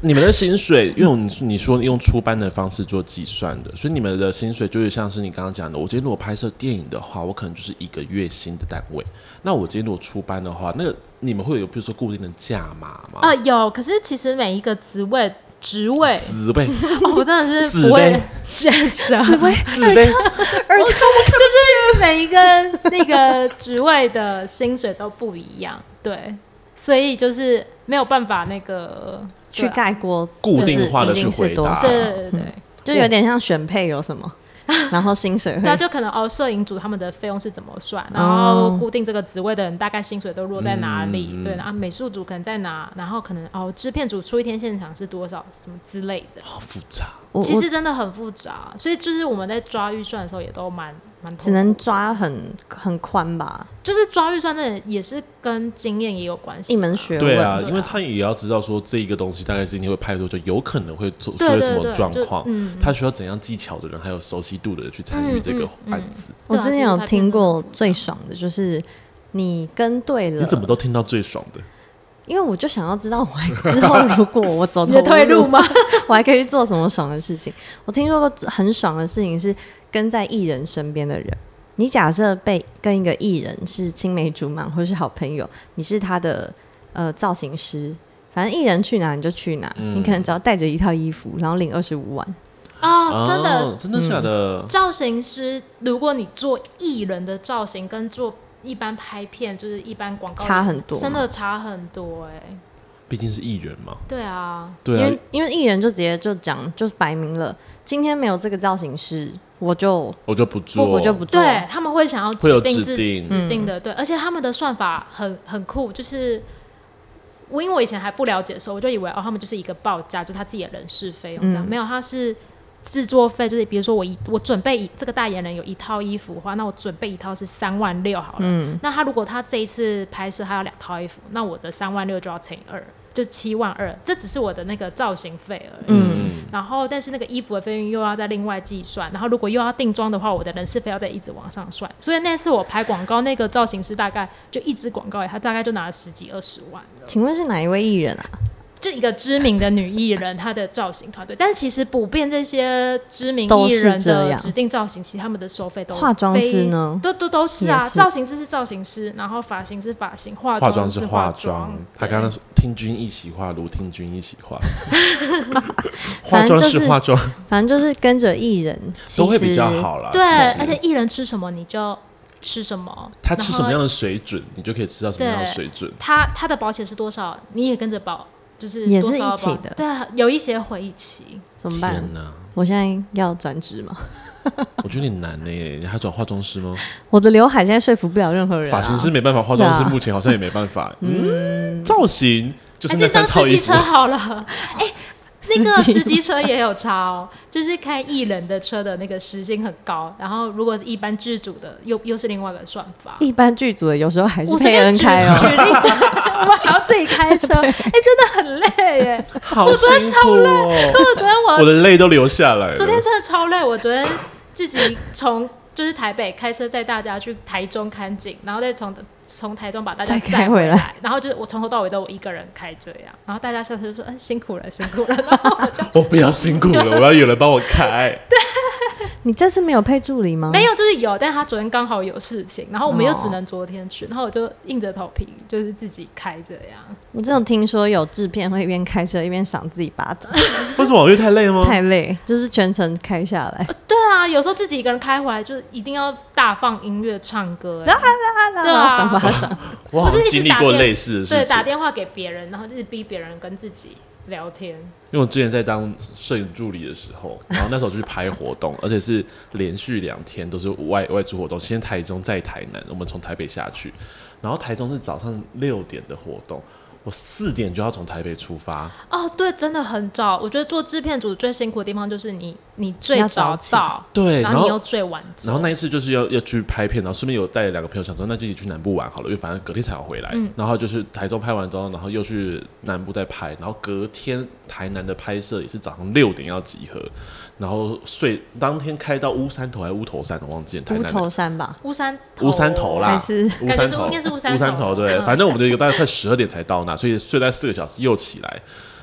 [SPEAKER 2] 你们的薪水用你你说用出班的方式做计算的，所以你们的薪水就是像是你刚刚讲的，我今天如果拍摄电影的话，我可能就是一个月薪的单位。那我今天如果出班的话，那个你们会有比如说固定的价码吗？
[SPEAKER 4] 啊，有，可是其实每一个职 位职位，
[SPEAKER 2] 紫薇，
[SPEAKER 4] 哦 我真的是
[SPEAKER 2] 紫
[SPEAKER 4] 不会
[SPEAKER 2] 薇
[SPEAKER 4] 介绍，
[SPEAKER 2] 紫薇，
[SPEAKER 4] 就是每一个那个职位的薪水都不一样，对，所以就是没有办法那个
[SPEAKER 3] 去
[SPEAKER 4] 干，
[SPEAKER 3] 盖锅，
[SPEAKER 2] 固
[SPEAKER 3] 就是
[SPEAKER 2] 定化的
[SPEAKER 3] 一定
[SPEAKER 2] 去
[SPEAKER 3] 是
[SPEAKER 2] 回
[SPEAKER 3] 多
[SPEAKER 2] 答
[SPEAKER 3] 少
[SPEAKER 4] 对对
[SPEAKER 2] 嗯
[SPEAKER 4] 对对对。
[SPEAKER 3] 就有点像选配有什么， 然后薪水
[SPEAKER 4] 对啊，
[SPEAKER 3] 会
[SPEAKER 4] 就可能哦，摄影组他们的费用是怎么算，然后固定这个职位的人大概薪水都落在哪里，
[SPEAKER 2] 嗯
[SPEAKER 4] 对，然后美术组可能在哪，然后可能哦，制片组出一天现场是多少，什么之类的，
[SPEAKER 2] 好复杂。
[SPEAKER 3] 我
[SPEAKER 4] 其
[SPEAKER 3] 我
[SPEAKER 4] 实真的很复杂，所以就是我们在抓预算的时候也都蛮蛮
[SPEAKER 3] 只
[SPEAKER 4] 痛苦，
[SPEAKER 3] 能抓很很宽吧，
[SPEAKER 4] 就是抓预算的也是跟经验 也有关系，
[SPEAKER 3] 一门。学
[SPEAKER 2] 对
[SPEAKER 3] 问。
[SPEAKER 2] 啊，
[SPEAKER 4] 对啊
[SPEAKER 2] 因为他也要知道说这一个东西大概今天会拍多久，有可能会做出
[SPEAKER 4] 对
[SPEAKER 2] 会
[SPEAKER 4] 对
[SPEAKER 2] 什么
[SPEAKER 4] 对
[SPEAKER 2] 状
[SPEAKER 4] 就嗯
[SPEAKER 2] 况，他需要怎样技巧的人，还有熟悉度的人去参与这个案子。
[SPEAKER 3] 我
[SPEAKER 4] 对啊
[SPEAKER 3] 之前
[SPEAKER 4] 其实
[SPEAKER 3] 有
[SPEAKER 4] 拍片
[SPEAKER 3] 听
[SPEAKER 4] 真的很
[SPEAKER 3] 过
[SPEAKER 4] 复杂
[SPEAKER 3] 最爽的就是你跟对了，
[SPEAKER 2] 你怎么都听到最爽的？
[SPEAKER 3] 因为我就想要知道我还之后如果我走
[SPEAKER 4] 你
[SPEAKER 3] 投
[SPEAKER 4] 的
[SPEAKER 3] 无
[SPEAKER 4] 退路
[SPEAKER 3] 路，
[SPEAKER 4] 吗？
[SPEAKER 3] 我还可以做什么爽的事情？我听说过很爽的事情是跟在艺人身边的人。你假设被跟一个艺人是青梅竹马或是好朋友，你是他的呃造型师，反正艺人去哪你就去哪，
[SPEAKER 2] 嗯
[SPEAKER 3] 你可能只要带着一套衣服，然后领二十五万，
[SPEAKER 4] 哦，真
[SPEAKER 2] 哦
[SPEAKER 4] 的，
[SPEAKER 2] 真的假的？
[SPEAKER 4] 造型师，如果你做艺人的造型跟做一般拍片，就是一般广告
[SPEAKER 3] 差很多
[SPEAKER 4] 真的差很多哎、
[SPEAKER 2] 毕竟是艺人嘛，
[SPEAKER 4] 对啊，
[SPEAKER 2] 对
[SPEAKER 3] 因
[SPEAKER 2] 啊
[SPEAKER 3] 为，因为艺人就直接就讲就摆明了，今天没有这个造型师，我就
[SPEAKER 2] 我就不做，
[SPEAKER 3] 我我就不做。
[SPEAKER 4] 对他们会想要
[SPEAKER 2] 会有
[SPEAKER 4] 指定
[SPEAKER 2] 指
[SPEAKER 4] 制
[SPEAKER 2] 定
[SPEAKER 4] 指定的，对，而且他们的算法很很酷，就是我因为我以前还不了解的时候，我就以为哦，他们就是一个报价，就是他自己的人事费用这样，没有，他是。制作费就是，比如说我一我准备一这个代言人有一套衣服的话，那我准备一套是三万六好了。那他如果他这一次拍摄他要两套衣服，那我的三万六就要乘以二，就七万二。这只是我的那个造型费而已。
[SPEAKER 2] 嗯，
[SPEAKER 4] 然后但是那个衣服的费用又要再另外计算，然后如果又要定妆的话，我的人事费要再一直往上算。所以那次我拍广告，那个造型师大概就一支广告，他大概就拿了十几二十万，
[SPEAKER 3] 请问是哪一位艺人啊？
[SPEAKER 4] 就一个知名的女艺人，她的造型团队。但其实普遍这些知名
[SPEAKER 3] 都
[SPEAKER 4] 艺
[SPEAKER 3] 是
[SPEAKER 4] 人
[SPEAKER 3] 这
[SPEAKER 4] 的
[SPEAKER 3] 样
[SPEAKER 4] 指定造型，其实他们的收费都
[SPEAKER 3] 化妆师呢
[SPEAKER 4] 非都都都是啊，
[SPEAKER 3] 也是
[SPEAKER 4] 造型师是造型师，然后发型是发型，化
[SPEAKER 2] 化妆
[SPEAKER 4] 是
[SPEAKER 2] 是
[SPEAKER 4] 化
[SPEAKER 2] 化妆，他
[SPEAKER 4] 对
[SPEAKER 2] 刚刚说听君一席话，如听君一席话，化
[SPEAKER 3] 反正
[SPEAKER 2] 妆
[SPEAKER 3] 就是
[SPEAKER 2] 是化妆，
[SPEAKER 3] 反正就是跟着艺人，
[SPEAKER 2] 都
[SPEAKER 3] 其
[SPEAKER 2] 会
[SPEAKER 3] 实
[SPEAKER 2] 比较好啦。
[SPEAKER 4] 对
[SPEAKER 2] 其，实
[SPEAKER 4] 而且艺人吃什么你就吃什么，
[SPEAKER 2] 他吃什么
[SPEAKER 4] 然后
[SPEAKER 2] 样的水准，你就可以吃到什么样的
[SPEAKER 4] 对
[SPEAKER 2] 水准。
[SPEAKER 4] 他他的保险是多少，你也跟着保，就是
[SPEAKER 3] 也是
[SPEAKER 4] 多少保
[SPEAKER 3] 一起的
[SPEAKER 4] 对啊，有一些会一起，
[SPEAKER 3] 怎么办？
[SPEAKER 2] 天哪，
[SPEAKER 3] 我现在要转职嘛？
[SPEAKER 2] 我觉得你难呢，你还转化妆师吗？
[SPEAKER 3] 我的刘海现在说服不了任何人、啊。
[SPEAKER 2] 发型师没办法，化妆师
[SPEAKER 3] 对啊
[SPEAKER 2] 目前好像也没办法。嗯，造型就是
[SPEAKER 4] 还
[SPEAKER 2] 那
[SPEAKER 4] 是
[SPEAKER 2] 三
[SPEAKER 4] 上
[SPEAKER 2] 套
[SPEAKER 4] 司
[SPEAKER 2] 衣
[SPEAKER 4] 机
[SPEAKER 2] 服
[SPEAKER 4] 车，好了。 哎、那个
[SPEAKER 3] 司机
[SPEAKER 4] 司机车也有差哦，就是开艺人的车的那个时薪很高，然后如果是一般剧组的，又又是另外一个算法。
[SPEAKER 3] 一般剧组的有时候还是
[SPEAKER 4] 我随
[SPEAKER 3] 佩
[SPEAKER 4] 便
[SPEAKER 3] 恩
[SPEAKER 4] 举举
[SPEAKER 3] 开哦。
[SPEAKER 4] 例， 我们还要自己 开车，哎、真的很累耶！
[SPEAKER 2] 好辛苦哦，
[SPEAKER 4] 我昨天我
[SPEAKER 2] 我的泪都流下来了。
[SPEAKER 4] 昨天真的超累，我昨天自己从就是台北开车载大家去台中看景，然后再从从台中把大家
[SPEAKER 3] 再开
[SPEAKER 4] 载
[SPEAKER 3] 回
[SPEAKER 4] 来，然后就是我从头到尾都我一个人开这样，然后大家下次就说嗯辛苦了辛苦了，然后我就
[SPEAKER 2] 我不要辛苦了，我要有人帮我开。
[SPEAKER 3] 你这次没有配助理吗？
[SPEAKER 4] 没，有就是有，但他昨天刚好有事情，然后我们又
[SPEAKER 3] 哦
[SPEAKER 4] 只能昨天去，然后我就硬着头皮就是自己开这样，
[SPEAKER 3] 我只有听说有制片会一边开车一边赏自己巴掌，
[SPEAKER 2] 为什么？因为太累吗？
[SPEAKER 3] 太累，就是全程开下来。
[SPEAKER 4] 对啊，有时候自己一个人开回来就一定要大放音乐唱歌、欸对
[SPEAKER 3] 然
[SPEAKER 4] 啊
[SPEAKER 3] 后赏巴掌，
[SPEAKER 2] 我好像
[SPEAKER 4] 不是一直
[SPEAKER 2] 经历
[SPEAKER 4] 打
[SPEAKER 2] 过
[SPEAKER 4] 电
[SPEAKER 2] 类似的事情。
[SPEAKER 4] 对，打电话给别人，然后就是逼别人跟自己聊天。
[SPEAKER 2] 因为我之前在当摄影助理的时 候，然后那时候就去拍活动，而且是连续两天都是外外出活动，先台中再台南，我们从台北下去，然后台中是早上六点的活动，我四点就要从台北出发，
[SPEAKER 4] 哦，对，真的很早。我觉得做制片组最辛苦的地方就是你，你最
[SPEAKER 3] 要
[SPEAKER 4] 早
[SPEAKER 3] 早起
[SPEAKER 4] 到，
[SPEAKER 2] 对，
[SPEAKER 4] 然
[SPEAKER 2] 然
[SPEAKER 4] 后你又
[SPEAKER 2] 后。
[SPEAKER 4] 最晚走。
[SPEAKER 2] 然后那一次就是要要去拍片，然后顺便有带两个朋友想说，那就一起去南部玩好了，因为反正隔天才要回来。
[SPEAKER 3] 嗯
[SPEAKER 2] 然后就是台中拍完之后，然后又去南部再拍，然后隔天台南的拍摄也是早上六点要集合，然后睡当天开到乌山头还是乌头山，我忘记了台
[SPEAKER 3] 乌
[SPEAKER 2] 南的
[SPEAKER 3] 头山吧，
[SPEAKER 4] 乌山
[SPEAKER 2] 乌山头啦，
[SPEAKER 3] 还是
[SPEAKER 2] 乌山
[SPEAKER 4] 感觉
[SPEAKER 2] 头，
[SPEAKER 4] 是应该是乌山
[SPEAKER 2] 头，
[SPEAKER 4] 头
[SPEAKER 2] 对，
[SPEAKER 4] 嗯
[SPEAKER 2] 反正我们就一个大概快十二点才到那，所以睡在四个小时又起来，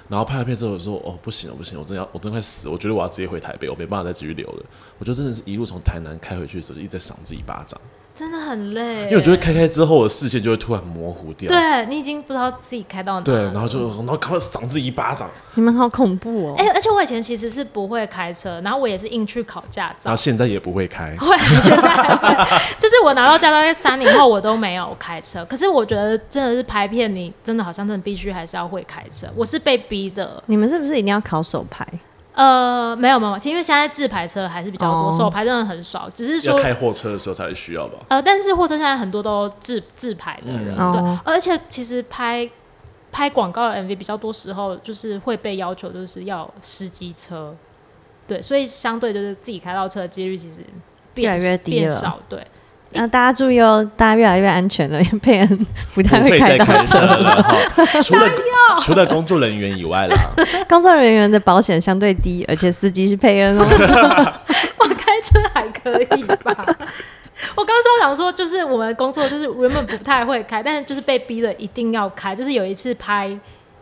[SPEAKER 2] 然后拍完片之后我说哦不行了不行了，我真的要我真的快死了，我觉得我要直接回台北，我没办法再继续留了，我就真的是一路从台南开回去的时候就一直在赏自己巴掌，
[SPEAKER 4] 真的很累，
[SPEAKER 2] 因为我觉得开开之后我的视线就会突然模糊掉，
[SPEAKER 4] 对啊你已经不知道自己开到哪。
[SPEAKER 2] 对，然后就然后快赏自己一巴掌，
[SPEAKER 3] 你们好恐怖哦！
[SPEAKER 4] 哎、而且我以前其实是不会开车，然后我也是硬去考驾
[SPEAKER 2] 然
[SPEAKER 4] 照
[SPEAKER 2] 后。现在也不会开，
[SPEAKER 4] 会，现在会就是我拿到驾照在三年后，我都没有开车。可是我觉得真的是拍片，你真的好像真的必须还是要会开车。我是被逼的，
[SPEAKER 3] 你们是不是一定要考手牌？
[SPEAKER 4] 呃，没有没有，其实因为现在自排车还是比较多，
[SPEAKER 3] 哦
[SPEAKER 4] 手排真的很少，只是
[SPEAKER 2] 要
[SPEAKER 4] 说。
[SPEAKER 2] 开货车的时候才会需 要吧。
[SPEAKER 4] 呃，但是货车现在很多都自自排的人，
[SPEAKER 3] 嗯
[SPEAKER 4] 对
[SPEAKER 3] 哦，
[SPEAKER 4] 而且其实拍拍广告的 MV 比较多时候就是会被要求就是要司机车，对，所以相对就是自己开到车的几率其实变
[SPEAKER 3] 越来越低
[SPEAKER 4] 变
[SPEAKER 3] 了
[SPEAKER 4] 少，对，
[SPEAKER 3] 那大家注意哦，大家越来越安全了，因为佩恩不太
[SPEAKER 2] 不会
[SPEAKER 3] 会开
[SPEAKER 2] 再
[SPEAKER 3] 到
[SPEAKER 2] 开车。
[SPEAKER 3] 车
[SPEAKER 2] 了 哈，除了除了工作人员以外啦，
[SPEAKER 3] 工作人员的保险相对低，而且司机是佩恩哦。
[SPEAKER 4] 我开车还可以吧。 我刚刚想说，就是我们工作就是原本不太会开，但是就是被逼的一定要开。就是有一次拍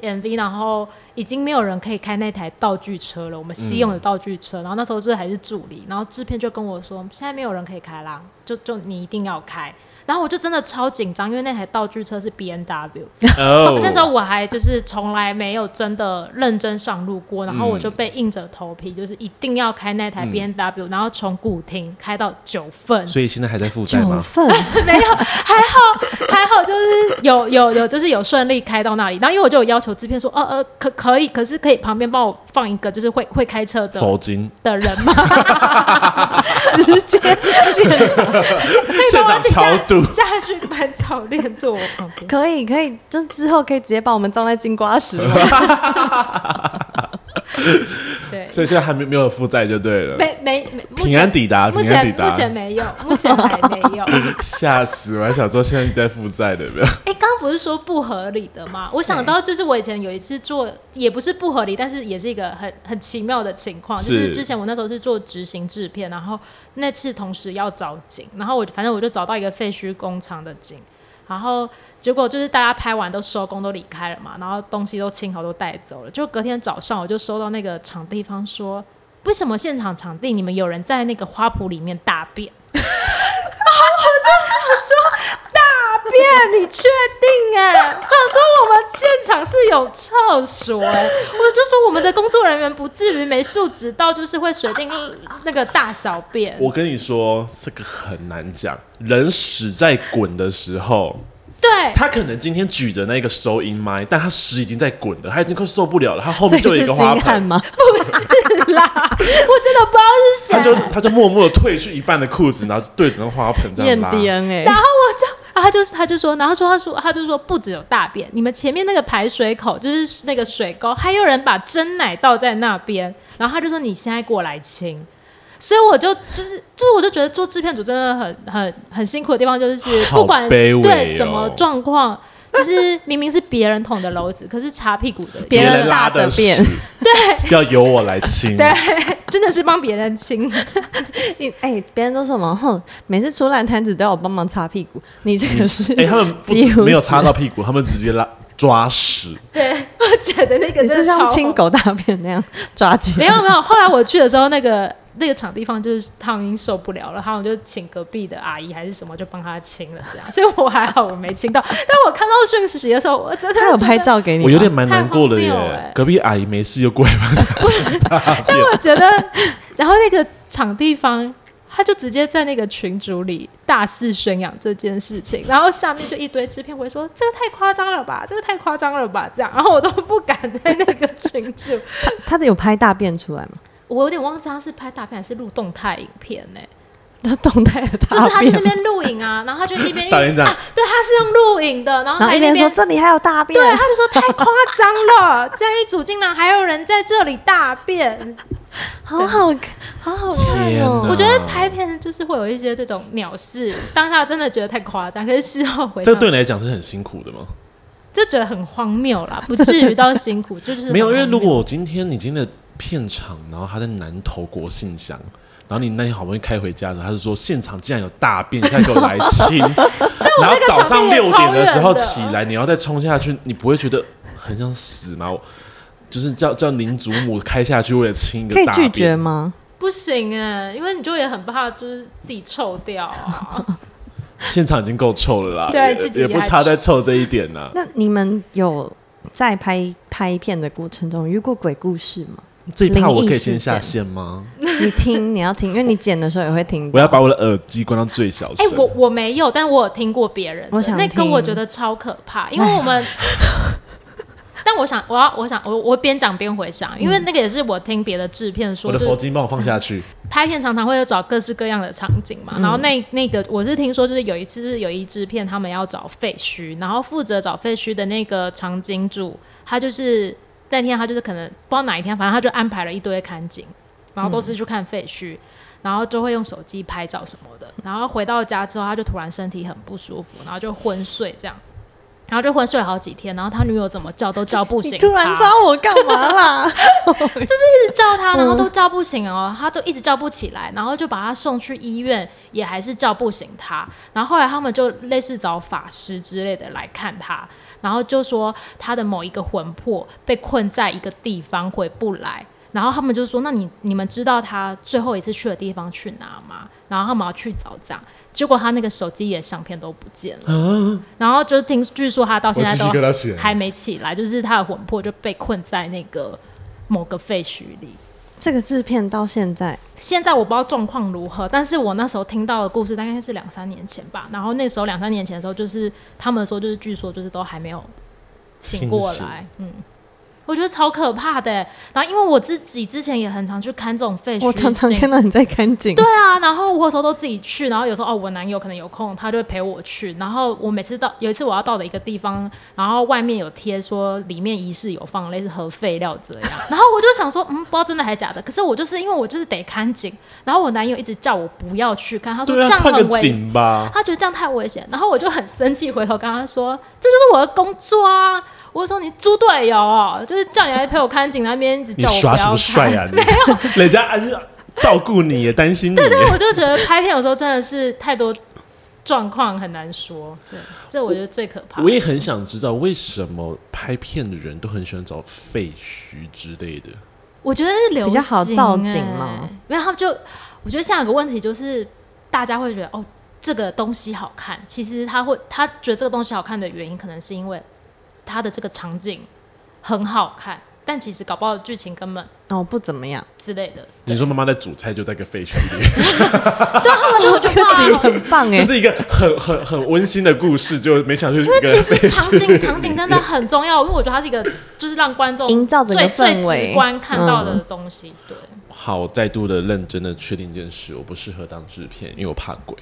[SPEAKER 4] MV，然后已经没有人可以开那台道具车了，我们西用的道具车。然后那时候就是还是助理，然后制片就跟我说，现在没有人可以开啦，就就你一定要开。然后我就真的超紧张，因为那台道具车是 B N W，
[SPEAKER 2] 哦，
[SPEAKER 4] 那时候我还就是从来没有真的认真上路过，然后我
[SPEAKER 2] 嗯
[SPEAKER 4] 就被硬着头皮，就是一定要开那台 B N W，、然后从古亭开到九份，
[SPEAKER 2] 所以现在还在负债
[SPEAKER 3] 九
[SPEAKER 2] 吗？
[SPEAKER 3] 份，
[SPEAKER 4] 没有，还好 还好，就是有有有，就是有顺利开到那里。然后因为我就有要求制片说，呃呃，可可以，可是可以旁边帮我放一个就是会会开车的
[SPEAKER 2] 佛经，
[SPEAKER 4] 的人 吗？
[SPEAKER 3] 直接现场
[SPEAKER 4] 可以帮我请
[SPEAKER 2] 现
[SPEAKER 4] 假
[SPEAKER 2] 场超度
[SPEAKER 4] 驾训班教 练哦坐我旁边。
[SPEAKER 3] 可以可以，就之后可以直接把我们葬在金瓜石 了。
[SPEAKER 4] 对，
[SPEAKER 2] 所以现在还没没有负债就对了，
[SPEAKER 4] 没没没，目
[SPEAKER 2] 平
[SPEAKER 4] 前
[SPEAKER 2] 安抵达，
[SPEAKER 4] 目
[SPEAKER 2] 平安
[SPEAKER 4] 前
[SPEAKER 2] 抵达
[SPEAKER 4] 目，前没有，目前还没 有。
[SPEAKER 2] 吓死！我还想说现在你在负债的有没有？
[SPEAKER 4] 哎，刚刚不是说不合理的吗？我想到就是我以前有一次做，也不是不合理，但是也是一个很很奇妙的情况，就是
[SPEAKER 2] 是
[SPEAKER 4] 之前我那时候是做执行制片，然后那次同时要找景，然后我反正我就找到一个废墟工厂的景，然后结果就是大家拍完都收工都离开了嘛，然后东西都清好都带走了，就隔天早上我就收到那个场地方说，为什么现场场地你们有人在那个花圃里面大便？便，你确定哎、我想说我们现场是有厕所哎、我就说我们的工作人员不至于没素质到就是会水定那个大小便。
[SPEAKER 2] 我跟你说，这个很难讲。人屎在滚的时候，
[SPEAKER 4] 对，
[SPEAKER 2] 他可能今天举着那个收音麦，但他屎已经在滚了，他已经快受不了了，他后
[SPEAKER 3] 所
[SPEAKER 2] 面
[SPEAKER 3] 以
[SPEAKER 2] 就有一
[SPEAKER 3] 是
[SPEAKER 2] 个
[SPEAKER 3] 金
[SPEAKER 2] 花
[SPEAKER 3] 汉
[SPEAKER 2] 盆，
[SPEAKER 3] 吗？
[SPEAKER 4] 不是啦，我真的不知道是谁
[SPEAKER 2] 他。就他就默默的退去一半的裤子，然后对着那个花盆这样
[SPEAKER 3] 验
[SPEAKER 2] 拉。
[SPEAKER 3] DNA，
[SPEAKER 4] 然后我就，啊、他就是他就说，然后说他说他就说不只有大便，你们前面那个排水口就是那个水沟，还有人把真奶倒在那边，然后他就说你现在过来清。所以我就就是就是我就觉得做制片组真的很很很辛苦的地方，就是
[SPEAKER 2] 好
[SPEAKER 4] 不管
[SPEAKER 2] 卑微
[SPEAKER 4] 对
[SPEAKER 2] 哦
[SPEAKER 4] 什么状况，就是明明是别人捅的篓子，可是擦屁股的
[SPEAKER 3] 别人
[SPEAKER 2] 拉
[SPEAKER 3] 大的
[SPEAKER 2] 的屎
[SPEAKER 3] 便，
[SPEAKER 2] 对，要由我来清。
[SPEAKER 4] 对，真的是帮别人清。
[SPEAKER 3] 你哎，别、人都说什么？哼，每次出烂摊子都要我帮忙擦屁股，你这个是
[SPEAKER 2] 哎、他们不
[SPEAKER 3] 几乎
[SPEAKER 2] 没有
[SPEAKER 3] 是
[SPEAKER 2] 擦到，屁股，他们直接拉抓屎。
[SPEAKER 4] 对，我觉得那个
[SPEAKER 3] 你
[SPEAKER 4] 真的
[SPEAKER 3] 是
[SPEAKER 4] 超
[SPEAKER 3] 像
[SPEAKER 4] 红
[SPEAKER 3] 亲狗大便那样抓紧？
[SPEAKER 4] 没有没有，后来我去的时候，那个那个场地方就是汤英受不了了，然后我就请隔壁的阿姨还是什么，就帮他清了这样。所以我还好我没清到， 但我看到讯息的时候，我真的
[SPEAKER 3] 他有
[SPEAKER 4] 觉得
[SPEAKER 3] 拍，照给你吗，
[SPEAKER 2] 我有点蛮难过的耶
[SPEAKER 4] 啊太荒谬了，
[SPEAKER 2] 隔壁阿姨没事就过来帮他清大便。
[SPEAKER 4] 我觉得，然后那个场地方。他就直接在那个群组里大肆宣扬这件事情，然后下面就一堆制片会说这个太夸张了吧，这个太夸张了吧，这样，然后我都不敢在那个群组
[SPEAKER 3] 他有拍大便出来吗？
[SPEAKER 4] 我有点忘记他是拍大片还是录动态影片呢、
[SPEAKER 3] 他动态的
[SPEAKER 4] 就是
[SPEAKER 3] 大
[SPEAKER 4] 他去
[SPEAKER 3] 便
[SPEAKER 4] 那，边录影 啊，然后他就一边
[SPEAKER 2] 导演长
[SPEAKER 4] 啊，对，他是用录影的，然后
[SPEAKER 3] 然后
[SPEAKER 4] 还
[SPEAKER 3] 一
[SPEAKER 4] 那
[SPEAKER 3] 边说
[SPEAKER 4] 边。
[SPEAKER 3] 这里还有大便
[SPEAKER 4] 对，，他就说太夸张了，这样一组竟然还有人在这里大
[SPEAKER 2] 嗯
[SPEAKER 4] 便。
[SPEAKER 3] 好好看，好好看
[SPEAKER 2] 天
[SPEAKER 3] 哦
[SPEAKER 2] 哪！
[SPEAKER 4] 我觉得拍片就是会有一些这种鸟事，当下真的觉得太夸张，可是事后回
[SPEAKER 2] 这
[SPEAKER 4] 想
[SPEAKER 2] 对你来讲是很辛苦的吗？
[SPEAKER 4] 就觉得很荒谬啦，不至于到辛苦， 就是很
[SPEAKER 2] 没有，因为
[SPEAKER 4] 荒
[SPEAKER 2] 如
[SPEAKER 4] 谬
[SPEAKER 2] 果我今天你今天的片场，然后他在南投国信乡，然后你那天好不容易开回家的时候，他就说现场竟然有大便，现在给我来 清。然后
[SPEAKER 4] 那个
[SPEAKER 2] 早上
[SPEAKER 4] 场地也
[SPEAKER 2] 六点的时候
[SPEAKER 4] 超
[SPEAKER 2] 起
[SPEAKER 4] 远的
[SPEAKER 2] 来，你要再冲下去，你不会觉得很想死吗？我就是叫叫林祖母开下去，为了清一
[SPEAKER 3] 可
[SPEAKER 2] 个
[SPEAKER 3] 以
[SPEAKER 2] 大
[SPEAKER 3] 拒
[SPEAKER 2] 便，
[SPEAKER 3] 绝吗？
[SPEAKER 4] 不行哎、因为你就也很怕就是自己臭掉啊。
[SPEAKER 2] 现场已经够臭了啦，
[SPEAKER 4] 对
[SPEAKER 2] 也
[SPEAKER 4] 自己
[SPEAKER 2] 也不
[SPEAKER 4] 还
[SPEAKER 2] 差在臭这一点呐、
[SPEAKER 3] 那你们有在拍拍片的过程中遇过鬼故事 吗？
[SPEAKER 2] 这一趴
[SPEAKER 3] 灵异
[SPEAKER 2] 我可以
[SPEAKER 3] 事
[SPEAKER 2] 先下
[SPEAKER 3] 件
[SPEAKER 2] 线吗？
[SPEAKER 3] 你听，你要听，因为你剪的时候也会听到。
[SPEAKER 2] 我要把我的耳机关到最小
[SPEAKER 4] 哎、
[SPEAKER 2] 声。
[SPEAKER 4] 我我没有，但我有听过别人的，
[SPEAKER 3] 我想
[SPEAKER 4] 那个
[SPEAKER 3] 听
[SPEAKER 4] 我觉得超可怕，因为 我们。但我想，我要，我想，我我边讲边回想，因
[SPEAKER 3] 嗯
[SPEAKER 4] 为那个也是我听别的制片说，
[SPEAKER 2] 我的
[SPEAKER 4] 就
[SPEAKER 2] 佛
[SPEAKER 4] 是
[SPEAKER 2] 经帮我放下 去，
[SPEAKER 4] 拍片常常会找各式各样的场景
[SPEAKER 3] 嗯
[SPEAKER 4] 嘛。然后那那个我是听说，就是有一次是有一制片他们要找废墟，然后负责找废墟的那个场景组，他就是那天他就是可能不知道哪一天，反正他就安排了一堆看景，然后都是去看废墟。
[SPEAKER 3] 嗯
[SPEAKER 4] 然后就会用手机拍照什么的，然后回到家之后，他就突然身体很不舒服，然后就昏睡这样，然后就昏睡了好几天，然后他女友怎么叫都叫不
[SPEAKER 3] 你
[SPEAKER 4] 醒 他，
[SPEAKER 3] 突然抓我干嘛啦？
[SPEAKER 4] 叫他，然后都叫不醒哦，他就一直叫不起来，然后就把他送去医院，也还是叫不醒他。然后后来他们就类似找法师之类的来看他，然后就说他的某一个魂魄被困在一个地方回不来。然后他们就说：“那你你们知道他最后一次去的地方去哪吗？”然后他们要去找这样，结果他那个手机里的相片都不见了。然后就听据说他到现在都
[SPEAKER 2] 我鸡皮疙瘩起来了
[SPEAKER 4] 还没起来，就是他的魂魄就被困在那个某个废墟里。
[SPEAKER 3] 这个制片到现在，
[SPEAKER 4] 现在我不知道状况如何，但是我那时候听到的故事大概是两三年前吧。然后那时候两三年前的时候，就是他们说，就是据说就是都还没有醒过
[SPEAKER 2] 清醒
[SPEAKER 4] 来，嗯，我觉得超可怕的欸。然后因为我自己之前也很常去看这种废墟景，
[SPEAKER 3] 我常常看到你在看景。
[SPEAKER 4] 对啊，然后我有时候都自己去，然后有时候哦，我男友可能有空，他就会陪我去。然后我每次到有一次我要到的一个地方，然后外面有贴说里面仪式有放类似核废料这 样，然后我就想说，嗯，不知道真的还假的。可是我就是因为我就是得看景，然后我男友一直叫我不要去看，他说
[SPEAKER 2] 对
[SPEAKER 4] 这
[SPEAKER 2] 啊，
[SPEAKER 4] 样
[SPEAKER 2] 换
[SPEAKER 4] 很
[SPEAKER 2] 个
[SPEAKER 4] 危险。
[SPEAKER 2] 景吧。
[SPEAKER 4] 他觉得这样太危险，然后我就很生气，回头跟他说：“这就是我的工作啊！”我就说：“你猪队友哦，就是叫你来陪我看景，那边一直
[SPEAKER 2] 你
[SPEAKER 4] 叫我不要
[SPEAKER 2] 耍什
[SPEAKER 4] 看。
[SPEAKER 2] 么帅 啊？没有，人家安照顾你耶，担心你耶。
[SPEAKER 4] 但我就觉得拍片有时候真的是太多状况很难说，对，这我觉得最可怕。
[SPEAKER 2] 我也很想知道为什么拍片的人都很喜欢找废墟之类的。
[SPEAKER 4] 我觉得是流行、欸、
[SPEAKER 3] 比较好造景吗？
[SPEAKER 4] 没有，他们就我觉得现在有个问题就是，大家会觉得哦，这个东西好看。其实他会他觉得这个东西好看的原因，可能是因为他的这个场景很好看，但其实搞不好剧情根本
[SPEAKER 3] 哦，不怎么 样，
[SPEAKER 4] 之类的，
[SPEAKER 2] 你说妈妈在煮菜，就在个废墟里，
[SPEAKER 4] 对，他们就会 觉
[SPEAKER 3] 这
[SPEAKER 4] 得
[SPEAKER 3] 个景
[SPEAKER 4] 哇。
[SPEAKER 3] 很棒
[SPEAKER 2] 就
[SPEAKER 3] 哎。
[SPEAKER 2] 是一个很很很温馨的故事，就没想到就是
[SPEAKER 4] 因为
[SPEAKER 2] 一
[SPEAKER 4] 其
[SPEAKER 2] 个
[SPEAKER 4] 实
[SPEAKER 2] 废
[SPEAKER 4] 场
[SPEAKER 2] 墟。
[SPEAKER 4] 景场景真的很重要，因为我觉得它是一个就是让观众
[SPEAKER 3] 营造整个
[SPEAKER 4] 最最
[SPEAKER 3] 氛围
[SPEAKER 4] 直观看到
[SPEAKER 2] 嗯
[SPEAKER 4] 的东西。对，
[SPEAKER 2] 好，再度的认真的确定一件事，我不适合当制片，因为我怕鬼。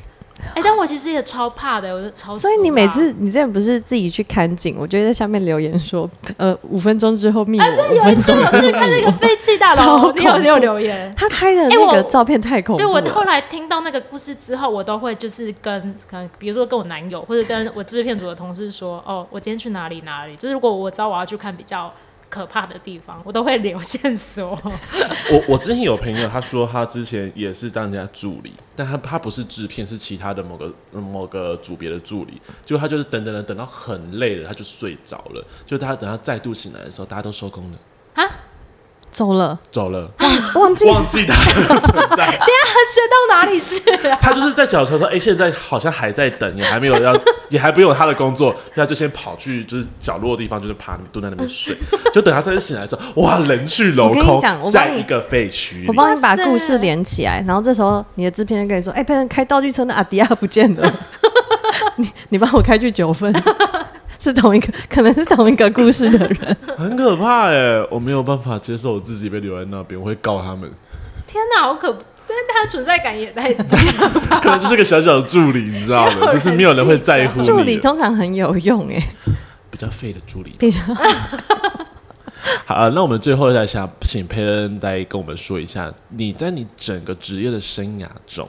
[SPEAKER 4] 哎、但我其实也超怕的，我就超。
[SPEAKER 3] 所以你每
[SPEAKER 4] 啊
[SPEAKER 3] 次你之前不是自己去看景，我就会在下面留言说，呃，五分钟之后密
[SPEAKER 4] 啊，对，
[SPEAKER 3] 我，五
[SPEAKER 4] 有一
[SPEAKER 3] 分
[SPEAKER 4] 次
[SPEAKER 3] 钟
[SPEAKER 4] 我
[SPEAKER 3] 之后
[SPEAKER 4] 去
[SPEAKER 3] 密
[SPEAKER 4] 看那个
[SPEAKER 3] 我。
[SPEAKER 4] 废弃大
[SPEAKER 3] 超恐
[SPEAKER 4] 楼，
[SPEAKER 3] 怖
[SPEAKER 4] 你有你有留言。
[SPEAKER 3] 他拍的
[SPEAKER 4] 哎
[SPEAKER 3] 那
[SPEAKER 4] 我
[SPEAKER 3] 个照片太恐怖啊
[SPEAKER 4] 对
[SPEAKER 3] 了，
[SPEAKER 4] 哎我后来听到那个故事之后，我都会就是跟可能比如说跟我男友或者跟我制片组的同事说，哦，我今天去哪里哪里。就是如果我知道我要去看比较可怕的地方，我都会留线索。
[SPEAKER 2] 我我之前有朋友，他说他之前也是当人家助理，但他他不是制片，是其他的某个嗯某个组别的助理。就他就是等等等等到很累了，他就睡着了。就他等他再度醒来的时候，大家都收工了，
[SPEAKER 3] 走 了，
[SPEAKER 2] 走了，
[SPEAKER 3] 忘记
[SPEAKER 2] 忘记他的存在。
[SPEAKER 4] 学到哪里去啊了？
[SPEAKER 2] 他就是在脚头说，哎、现在好像还在等，也还没有要，也还不用他的工作，那就先跑去就是角落的地方，就是趴蹲在那边睡。就等他再次醒来的时候，哇，人去楼
[SPEAKER 3] 我跟
[SPEAKER 2] 空
[SPEAKER 3] 你讲我，帮
[SPEAKER 2] 在
[SPEAKER 3] 你
[SPEAKER 2] 一个废墟里
[SPEAKER 3] 我。帮你把
[SPEAKER 4] 哇塞
[SPEAKER 3] 故事连起来，然后这时候你的制片人跟你说：“哎、别人开道具车的阿迪亚不见了， 你你帮我开去九份， 是同一个，可能是同一个故事的人。
[SPEAKER 2] 很可怕哎、我没有办法接受我自己被留在那边，我会告他 们，
[SPEAKER 4] 天哪，好可！但是他的存在感也太低了吧
[SPEAKER 2] 可能就是个小小的助理，你知道
[SPEAKER 4] 没有
[SPEAKER 2] 吗？
[SPEAKER 4] 人
[SPEAKER 2] 就是没有人会在乎你的
[SPEAKER 3] 助理通常很有用、哎，
[SPEAKER 2] 比较废的助理。
[SPEAKER 3] 比较
[SPEAKER 2] 好、啊，那我们最后再想请佩恩来跟我们说一下，你在你整个职业的生涯中，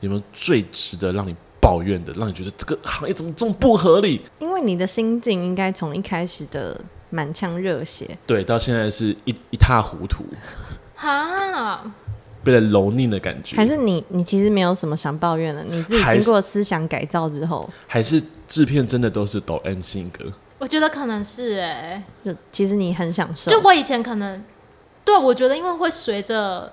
[SPEAKER 2] 有没有最值得让你抱怨的，让你觉得这个行业怎么这么不合理？
[SPEAKER 3] 因为你的心境应该从一开始的满腔热血，
[SPEAKER 2] 对，到现在是一一塌糊涂，
[SPEAKER 4] 哈，
[SPEAKER 2] 被人蹂躏的感觉，
[SPEAKER 3] 还是你你其实没有什么想抱怨的，你自己
[SPEAKER 2] 还是
[SPEAKER 3] 经过思想改造之后，
[SPEAKER 2] 还是制片真的都是抖 M 性格？
[SPEAKER 4] 我觉得可能是哎、
[SPEAKER 3] 就其实你很享受。
[SPEAKER 4] 就我以前可能，对我觉得因为会随着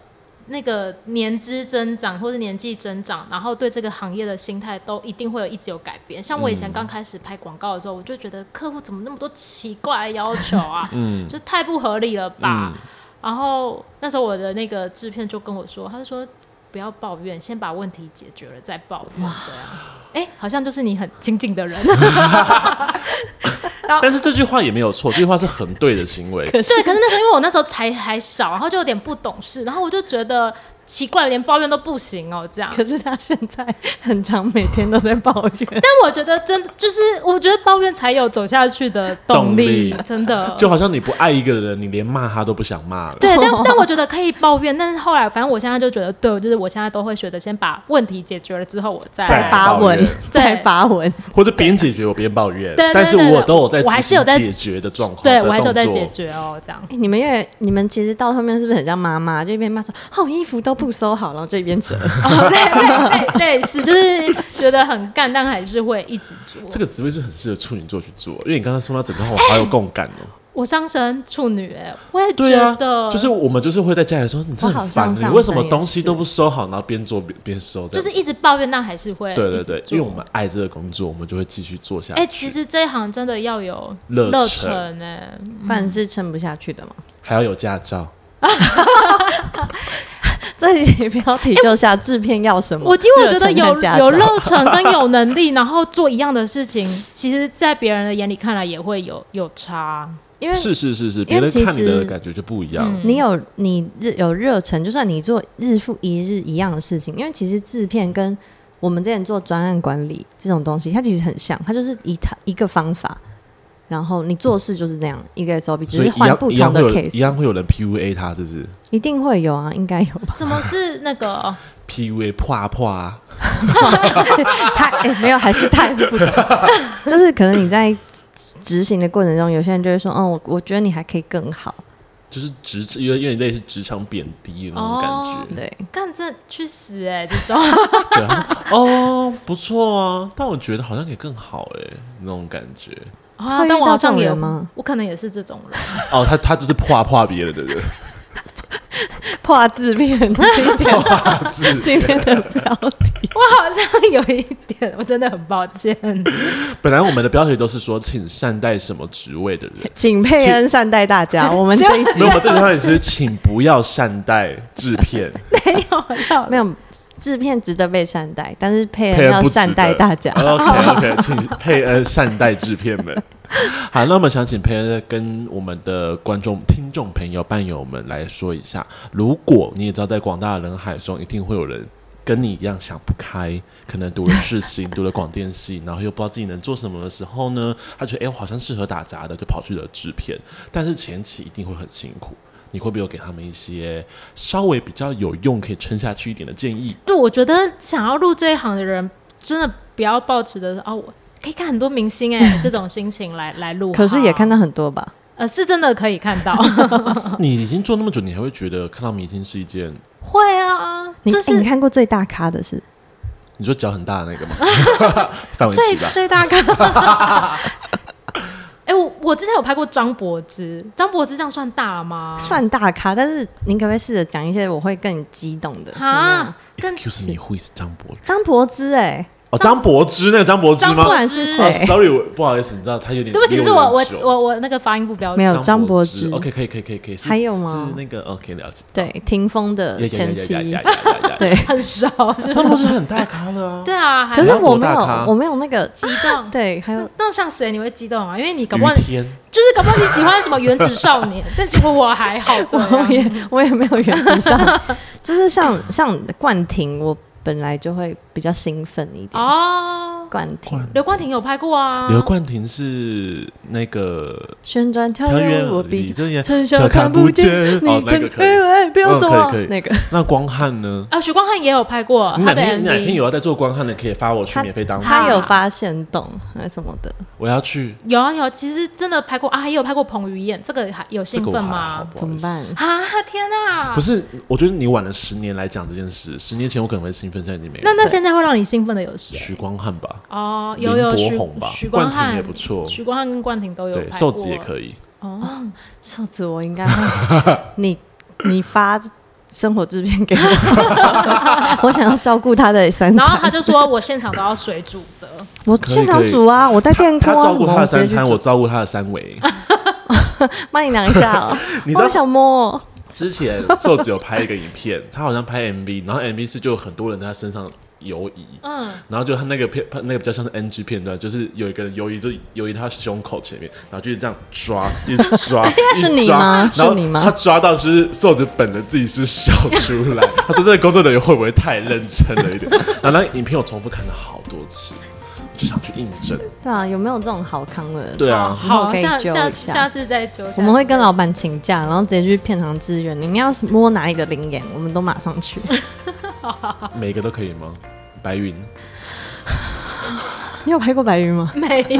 [SPEAKER 4] 那个年资增长或者年纪增长，然后对这个行业的心态都一定会有一直有改变。像我以
[SPEAKER 2] 嗯
[SPEAKER 4] 前刚开始拍广告的时候，我就觉得客户怎么那么多奇怪的要求啊，
[SPEAKER 2] 嗯
[SPEAKER 4] 就太不合理了吧。
[SPEAKER 2] 嗯
[SPEAKER 4] 然后那时候我的那个制片就跟我说，他就说不要抱怨，先把问题解决了再抱怨，这样。哎、好像就是你很亲近的人，
[SPEAKER 2] 但是这句话也没有错，这句话是很对的行为。
[SPEAKER 4] 对，可是那时候因为我那时候才还小，然后就有点不懂事，然后我就觉得奇怪，连抱怨都不行哦，这样。
[SPEAKER 3] 可是他现在很常每天都在抱怨，
[SPEAKER 4] 但我觉得真的就是，我觉得抱怨才有走下去的动力，
[SPEAKER 2] 动力
[SPEAKER 4] 真的。
[SPEAKER 2] 就好像你不爱一个人，你连骂他都不想骂了。
[SPEAKER 4] 对，但但我觉得可以抱怨，但是后来反正我现在就觉得，对，我就是我现在都会学的，先把问题解决了之后，我再
[SPEAKER 2] 再
[SPEAKER 3] 发
[SPEAKER 2] 抱怨
[SPEAKER 3] 文，再发文。
[SPEAKER 2] 或者边解决我边抱怨，
[SPEAKER 4] 对对对
[SPEAKER 2] 但是我都有在
[SPEAKER 4] 我还
[SPEAKER 2] 执
[SPEAKER 4] 是有
[SPEAKER 2] 行
[SPEAKER 4] 在
[SPEAKER 2] 解决的状况，
[SPEAKER 4] 对
[SPEAKER 2] 的
[SPEAKER 4] 我还是有在
[SPEAKER 2] 动作
[SPEAKER 4] 解决哦，这样。
[SPEAKER 3] 欸你们越你们其实到后面是不是很像妈妈，就一边骂说哦衣服都不收好，然后就一边折。
[SPEAKER 4] 哦，类类 类类似，就是觉得很干，但还是会一直做。
[SPEAKER 2] 这个职位是很适合处女座去做，因为你刚刚说到整个话，我好有共感哦。
[SPEAKER 4] 我上升处女、哎，我也
[SPEAKER 2] 对
[SPEAKER 4] 觉
[SPEAKER 2] 啊
[SPEAKER 4] 得，，
[SPEAKER 2] 就是我们就是会在家里说，你真的很
[SPEAKER 3] 我
[SPEAKER 2] 烦，
[SPEAKER 3] 好像
[SPEAKER 2] 你
[SPEAKER 3] 上
[SPEAKER 2] 为什么
[SPEAKER 3] 升也
[SPEAKER 2] 东西
[SPEAKER 3] 是
[SPEAKER 2] 都不收好，然后边做边边收这
[SPEAKER 4] 就
[SPEAKER 2] 样，
[SPEAKER 4] 是一直抱怨，但还是会
[SPEAKER 2] 对
[SPEAKER 4] 一
[SPEAKER 2] 对
[SPEAKER 4] 直
[SPEAKER 2] 对，
[SPEAKER 4] 做
[SPEAKER 2] 因为我们爱这个工作，我们就会继续做下去。
[SPEAKER 4] 哎、其实这一行真的要有
[SPEAKER 2] 热
[SPEAKER 4] 热
[SPEAKER 2] 忱嗯
[SPEAKER 4] 忱哎、
[SPEAKER 3] 不然是撑不下去的嘛。
[SPEAKER 2] 还要有驾照，
[SPEAKER 3] 这里标题就下制片要什么？
[SPEAKER 4] 我因为我觉
[SPEAKER 3] 热
[SPEAKER 4] 得
[SPEAKER 3] 忱
[SPEAKER 4] 有
[SPEAKER 3] 和家
[SPEAKER 4] 有
[SPEAKER 3] 长
[SPEAKER 4] 热忱跟 有能力，然后做一样的事情，其实，在别人的眼里看来也会有有差。
[SPEAKER 3] 因为
[SPEAKER 2] 是是是是，别人
[SPEAKER 3] 其
[SPEAKER 2] 看你的
[SPEAKER 3] 实
[SPEAKER 2] 感觉就不一样。
[SPEAKER 4] 嗯
[SPEAKER 3] 你有你日有热忱，就算你做日复一日一样的事情，因为其实制片跟我们之前做专案管理这种东西，它其实很像，它就是一套一个方法，然后你做事就是那样一个 SOP，只
[SPEAKER 2] 所以
[SPEAKER 3] 是
[SPEAKER 2] 一
[SPEAKER 3] 换
[SPEAKER 2] 样
[SPEAKER 3] 不
[SPEAKER 2] 一
[SPEAKER 3] 同
[SPEAKER 2] 样会
[SPEAKER 3] 的
[SPEAKER 2] 有一
[SPEAKER 3] case，
[SPEAKER 2] 样会有人 PUA 他，是不是
[SPEAKER 3] 一定会有啊，应该有吧？
[SPEAKER 4] 什么是那个？
[SPEAKER 2] ？PUA 啪啪啊，
[SPEAKER 3] 他哎、没有，还是他还是 不懂，就是可能你在执行的过程中，有些人就会说，嗯，我我觉得你还可以更好，
[SPEAKER 2] 就是职有点有点类似职场贬低的那种
[SPEAKER 4] 哦
[SPEAKER 2] 感觉。
[SPEAKER 3] 对，
[SPEAKER 4] 干这去死哎、这 种
[SPEAKER 2] 对啊，哦，不错啊，但我觉得好像也更好哎、那种感觉。
[SPEAKER 4] 啊！
[SPEAKER 3] 遇
[SPEAKER 4] 但我
[SPEAKER 3] 到
[SPEAKER 4] 好
[SPEAKER 3] 这种
[SPEAKER 4] 像也有
[SPEAKER 3] 人吗？
[SPEAKER 4] 我可能也是这种 人。
[SPEAKER 2] 哦，他他就是怕怕别人的人，
[SPEAKER 3] 破字片，今天
[SPEAKER 2] 怕自己
[SPEAKER 3] 今天的标题，
[SPEAKER 4] 我好像有一点，我真的很抱歉。
[SPEAKER 2] 本来我们的标题都是说，请善待什么职位的人，
[SPEAKER 3] 请佩恩善待大家，我们这一集
[SPEAKER 2] 没有，我们这条也是请不要善待制片，
[SPEAKER 4] 没有，
[SPEAKER 3] 没有制片值得被善待，但是佩
[SPEAKER 2] 佩
[SPEAKER 3] 恩
[SPEAKER 2] 恩
[SPEAKER 3] 要
[SPEAKER 2] 不值
[SPEAKER 3] 善
[SPEAKER 2] 得
[SPEAKER 3] 待大家。
[SPEAKER 2] OK OK，请佩恩善待制片们。 好，那我们想请佩恩跟我们的观众、听众朋友、伴友们来说一下，如果你也知道，在广大的人海中，一定会有人跟你一样想不开，可能读了世 新，读了广电系，然后又不知道自己能做什么的时候呢，他觉得哎、诶我好像适合打杂的，就跑去了制片，但是前期一定会很辛苦。你会不会有给他们一些稍微比较有用、可以撑下去一点的建议？
[SPEAKER 4] 对，我觉得想要入这一行的人，真的不要欸抱持的是哦，我可以看很多明星哎、这种心情来来入行。
[SPEAKER 3] 可是也看到很多吧，
[SPEAKER 4] 呃，是真的可以 看到，
[SPEAKER 2] 你已经做那么久，你还会觉得看到明星是一件，
[SPEAKER 4] 会啊，
[SPEAKER 3] 你、
[SPEAKER 4] 就
[SPEAKER 3] 哎你
[SPEAKER 4] 是
[SPEAKER 3] 看过最大咖的是
[SPEAKER 2] 你说脚很大的那个吗？范玮琪
[SPEAKER 4] 最
[SPEAKER 2] 吧，
[SPEAKER 4] 最 大咖。哎、我我之前有拍过张柏芝，张柏芝这样算大
[SPEAKER 2] 啊
[SPEAKER 4] 吗？
[SPEAKER 3] 算大咖，但是您可不可以试着讲一些我会更激动的？有没有
[SPEAKER 4] 啊，跟
[SPEAKER 2] Excuse me，who is 张柏芝？
[SPEAKER 3] 张柏芝哎、
[SPEAKER 2] 哦，张柏芝，那个张柏芝
[SPEAKER 4] 张
[SPEAKER 2] 吗
[SPEAKER 3] 不
[SPEAKER 4] 柏
[SPEAKER 3] 然是
[SPEAKER 2] 哦
[SPEAKER 3] 谁？
[SPEAKER 2] ？Sorry，我不好意思，你知道他有点
[SPEAKER 4] 对不起，
[SPEAKER 2] 离
[SPEAKER 4] 是我我
[SPEAKER 2] 很久
[SPEAKER 4] 我我那个发音不标
[SPEAKER 3] 没
[SPEAKER 4] 准。
[SPEAKER 3] 有张柏
[SPEAKER 2] 芝
[SPEAKER 3] 芝。
[SPEAKER 2] OK，可以可以可以可以，是
[SPEAKER 3] 还有吗
[SPEAKER 2] 是那个 OK 了解，
[SPEAKER 3] 对，霆锋
[SPEAKER 2] 呀
[SPEAKER 3] 的
[SPEAKER 2] 呀呀
[SPEAKER 3] 前妻。
[SPEAKER 2] 呀呀呀呀 呀呀
[SPEAKER 3] 对，
[SPEAKER 4] 很熟，就是
[SPEAKER 2] 张柏芝很大咖了啊，
[SPEAKER 4] 对啊，还
[SPEAKER 3] 可是
[SPEAKER 2] 有多
[SPEAKER 3] 我没
[SPEAKER 2] 大
[SPEAKER 3] 有
[SPEAKER 2] 咖，
[SPEAKER 3] 我没有那个
[SPEAKER 4] 激 动。
[SPEAKER 3] 对，还有
[SPEAKER 4] 那那像谁你会激动啊？因为你搞不好
[SPEAKER 2] 于
[SPEAKER 4] 就
[SPEAKER 2] 天，
[SPEAKER 4] 是搞不好你喜欢什么原子少年，但是我还好这
[SPEAKER 3] 我
[SPEAKER 4] 样。
[SPEAKER 3] 也我也没有原则 上，就是像像冠廷，我本来就会比较兴奋一点。
[SPEAKER 4] 哦，
[SPEAKER 3] 冠廷
[SPEAKER 2] 冠
[SPEAKER 4] 刘冠廷有拍过啊，
[SPEAKER 2] 刘冠廷是那个
[SPEAKER 3] 旋转跳
[SPEAKER 2] 条
[SPEAKER 3] 跃
[SPEAKER 2] 约，，
[SPEAKER 3] 我
[SPEAKER 2] 你
[SPEAKER 3] 闭
[SPEAKER 2] 真眼
[SPEAKER 3] 趁
[SPEAKER 2] 小
[SPEAKER 3] 小
[SPEAKER 2] 看
[SPEAKER 3] 看
[SPEAKER 2] 不
[SPEAKER 3] 不
[SPEAKER 2] 见
[SPEAKER 3] 见，
[SPEAKER 2] 哦
[SPEAKER 3] 你
[SPEAKER 2] 那
[SPEAKER 3] 真
[SPEAKER 2] 个可以
[SPEAKER 3] 哎哎，不要走
[SPEAKER 2] 嗯
[SPEAKER 3] 啊
[SPEAKER 2] 可以可以！
[SPEAKER 3] 那个
[SPEAKER 2] 那光汉呢？
[SPEAKER 4] 啊，许光汉也有拍过
[SPEAKER 2] 你
[SPEAKER 4] 他
[SPEAKER 2] 哪
[SPEAKER 4] 的
[SPEAKER 2] 天你哪天
[SPEAKER 4] MV，
[SPEAKER 2] 有要在做光汉的，可以发我去
[SPEAKER 3] 他
[SPEAKER 2] 免费当
[SPEAKER 3] 他
[SPEAKER 2] 兵啊
[SPEAKER 3] 有发现洞还什么的，
[SPEAKER 2] 我要去，
[SPEAKER 4] 有啊有啊，其实真的拍过啊，还有拍过彭于晏，这个还有
[SPEAKER 2] 这
[SPEAKER 4] 兴
[SPEAKER 2] 个我
[SPEAKER 4] 奋
[SPEAKER 2] 还好，
[SPEAKER 4] 吗？
[SPEAKER 2] 不好
[SPEAKER 3] 怎么
[SPEAKER 2] 意思
[SPEAKER 3] 办？？
[SPEAKER 4] 啊，天哪！
[SPEAKER 2] 不，是，我觉得你晚了十年来讲这件事。十年前我可能会兴奋，现在你没有。
[SPEAKER 4] 那那现在会让你兴奋的有谁？
[SPEAKER 2] 许光汉吧，
[SPEAKER 4] 哦，
[SPEAKER 2] 林
[SPEAKER 4] 有有
[SPEAKER 2] 柏
[SPEAKER 4] 许
[SPEAKER 2] 宏吧
[SPEAKER 4] 许光
[SPEAKER 2] 冠廷
[SPEAKER 4] 汉
[SPEAKER 2] 也不错
[SPEAKER 4] 许光汉跟冠廷都有
[SPEAKER 2] 对，
[SPEAKER 4] 拍
[SPEAKER 2] 瘦子也
[SPEAKER 4] 过
[SPEAKER 2] 可以。
[SPEAKER 4] 哦，
[SPEAKER 3] 瘦子我应该会， 你你发生活制片给我，我 想要照顾他的三餐。
[SPEAKER 4] 然后他就说我现场都要水煮 的，
[SPEAKER 3] 我
[SPEAKER 2] 可以
[SPEAKER 3] 现场煮啊，我带电
[SPEAKER 2] 他
[SPEAKER 3] 锅啊，
[SPEAKER 2] 照顾他的
[SPEAKER 3] 什么
[SPEAKER 2] 三
[SPEAKER 3] 直接去
[SPEAKER 2] 餐，
[SPEAKER 3] 煮
[SPEAKER 2] 我照顾他的三围。
[SPEAKER 3] 帮你量一下哦。
[SPEAKER 2] 你知
[SPEAKER 3] 我
[SPEAKER 2] 道
[SPEAKER 3] 好想摸哦，
[SPEAKER 2] 之前瘦子有拍一个影片，他好像拍 MV，然后 MV 是就有很多人在他身上游移，
[SPEAKER 4] 嗯，
[SPEAKER 2] 然后就他那个片，那个比较像是 NG 片段，就是有一个人游移，就游移到他胸口前面，然后就是这样抓，一直抓，一
[SPEAKER 3] 是
[SPEAKER 2] 直
[SPEAKER 3] 你
[SPEAKER 2] 抓
[SPEAKER 3] 吗
[SPEAKER 2] 然后
[SPEAKER 3] 是你吗
[SPEAKER 2] 他抓到就是瘦子本人自己是笑出来，他说这个工作人员会不会太认真了一点？然后那影片我重复看了好多次，我就想去应征。
[SPEAKER 3] 对啊，有没有这种好康的？
[SPEAKER 2] 对
[SPEAKER 4] 好
[SPEAKER 2] 啊，
[SPEAKER 4] 好，
[SPEAKER 3] 之后可
[SPEAKER 4] 下
[SPEAKER 3] 以揪
[SPEAKER 4] 下
[SPEAKER 3] 一下
[SPEAKER 4] 下次再揪。
[SPEAKER 3] 我们会跟老板请假，然后直接去片场支援。你们要是摸哪里的灵眼，我们都马上去。
[SPEAKER 2] 每个都可以吗？白云，
[SPEAKER 3] 你有拍过白云吗？
[SPEAKER 4] 没有，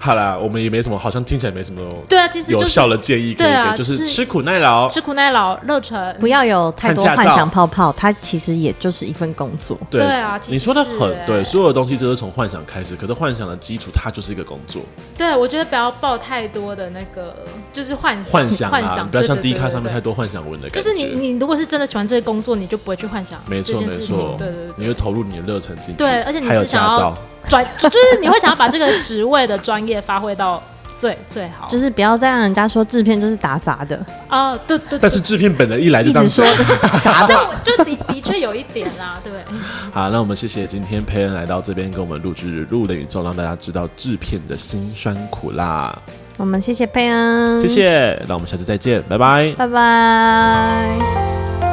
[SPEAKER 2] 好啦，我们也没什么，好像听起来没什么
[SPEAKER 4] 对啊，其实
[SPEAKER 2] 有
[SPEAKER 4] 就是
[SPEAKER 2] 效的建议可以
[SPEAKER 4] 对啊
[SPEAKER 2] 给，就是
[SPEAKER 4] 是
[SPEAKER 2] 吃苦耐劳。
[SPEAKER 4] 吃苦耐劳、热忱，
[SPEAKER 3] 不要有太多
[SPEAKER 2] 看驾照
[SPEAKER 3] 幻想泡泡，它其实也就是一份工作。
[SPEAKER 2] 对
[SPEAKER 4] 对啊其
[SPEAKER 2] 你
[SPEAKER 4] 实
[SPEAKER 2] 说的
[SPEAKER 4] 是
[SPEAKER 2] 很
[SPEAKER 4] 欸
[SPEAKER 2] 对，所有的东西都是从幻想开始，可是幻想的基础它就是一个工 作，
[SPEAKER 4] 对我觉得不要抱太多的那个，就是幻想
[SPEAKER 2] 幻想
[SPEAKER 4] 幻
[SPEAKER 2] 啊，
[SPEAKER 4] 想，
[SPEAKER 2] 你不要像
[SPEAKER 4] 对对
[SPEAKER 2] 低
[SPEAKER 4] 对
[SPEAKER 2] 咖
[SPEAKER 4] 对
[SPEAKER 2] 上面
[SPEAKER 4] 对
[SPEAKER 2] 太多幻想文的感觉。
[SPEAKER 4] 就是你，你如果是真的喜欢这个工作，你就不会去幻想
[SPEAKER 2] 没
[SPEAKER 4] 这
[SPEAKER 2] 错没
[SPEAKER 4] 件事情
[SPEAKER 2] 错，，
[SPEAKER 4] 对对对
[SPEAKER 2] 你会投入你的热忱进去，
[SPEAKER 4] 对而且你
[SPEAKER 2] 还有
[SPEAKER 4] 是想
[SPEAKER 2] 驾
[SPEAKER 4] 要
[SPEAKER 2] 照，
[SPEAKER 4] 对，转就是你会想要把这个职位的专业发挥到最最好，
[SPEAKER 3] 就是不要再让人家说制片就是打杂的，
[SPEAKER 4] 啊，对对，
[SPEAKER 2] 但是制片本人一来就
[SPEAKER 3] 一
[SPEAKER 2] 当
[SPEAKER 3] 直说这是打杂的。
[SPEAKER 4] 但我就的的确有一点啦，对，
[SPEAKER 2] 好，那我们谢谢今天佩恩来到这边跟我们录制《路人宇宙》，让大家知道制片的辛酸苦辣。
[SPEAKER 3] 我们谢谢佩恩，
[SPEAKER 2] 谢，谢，那我们下次再见，拜拜。
[SPEAKER 3] 拜拜。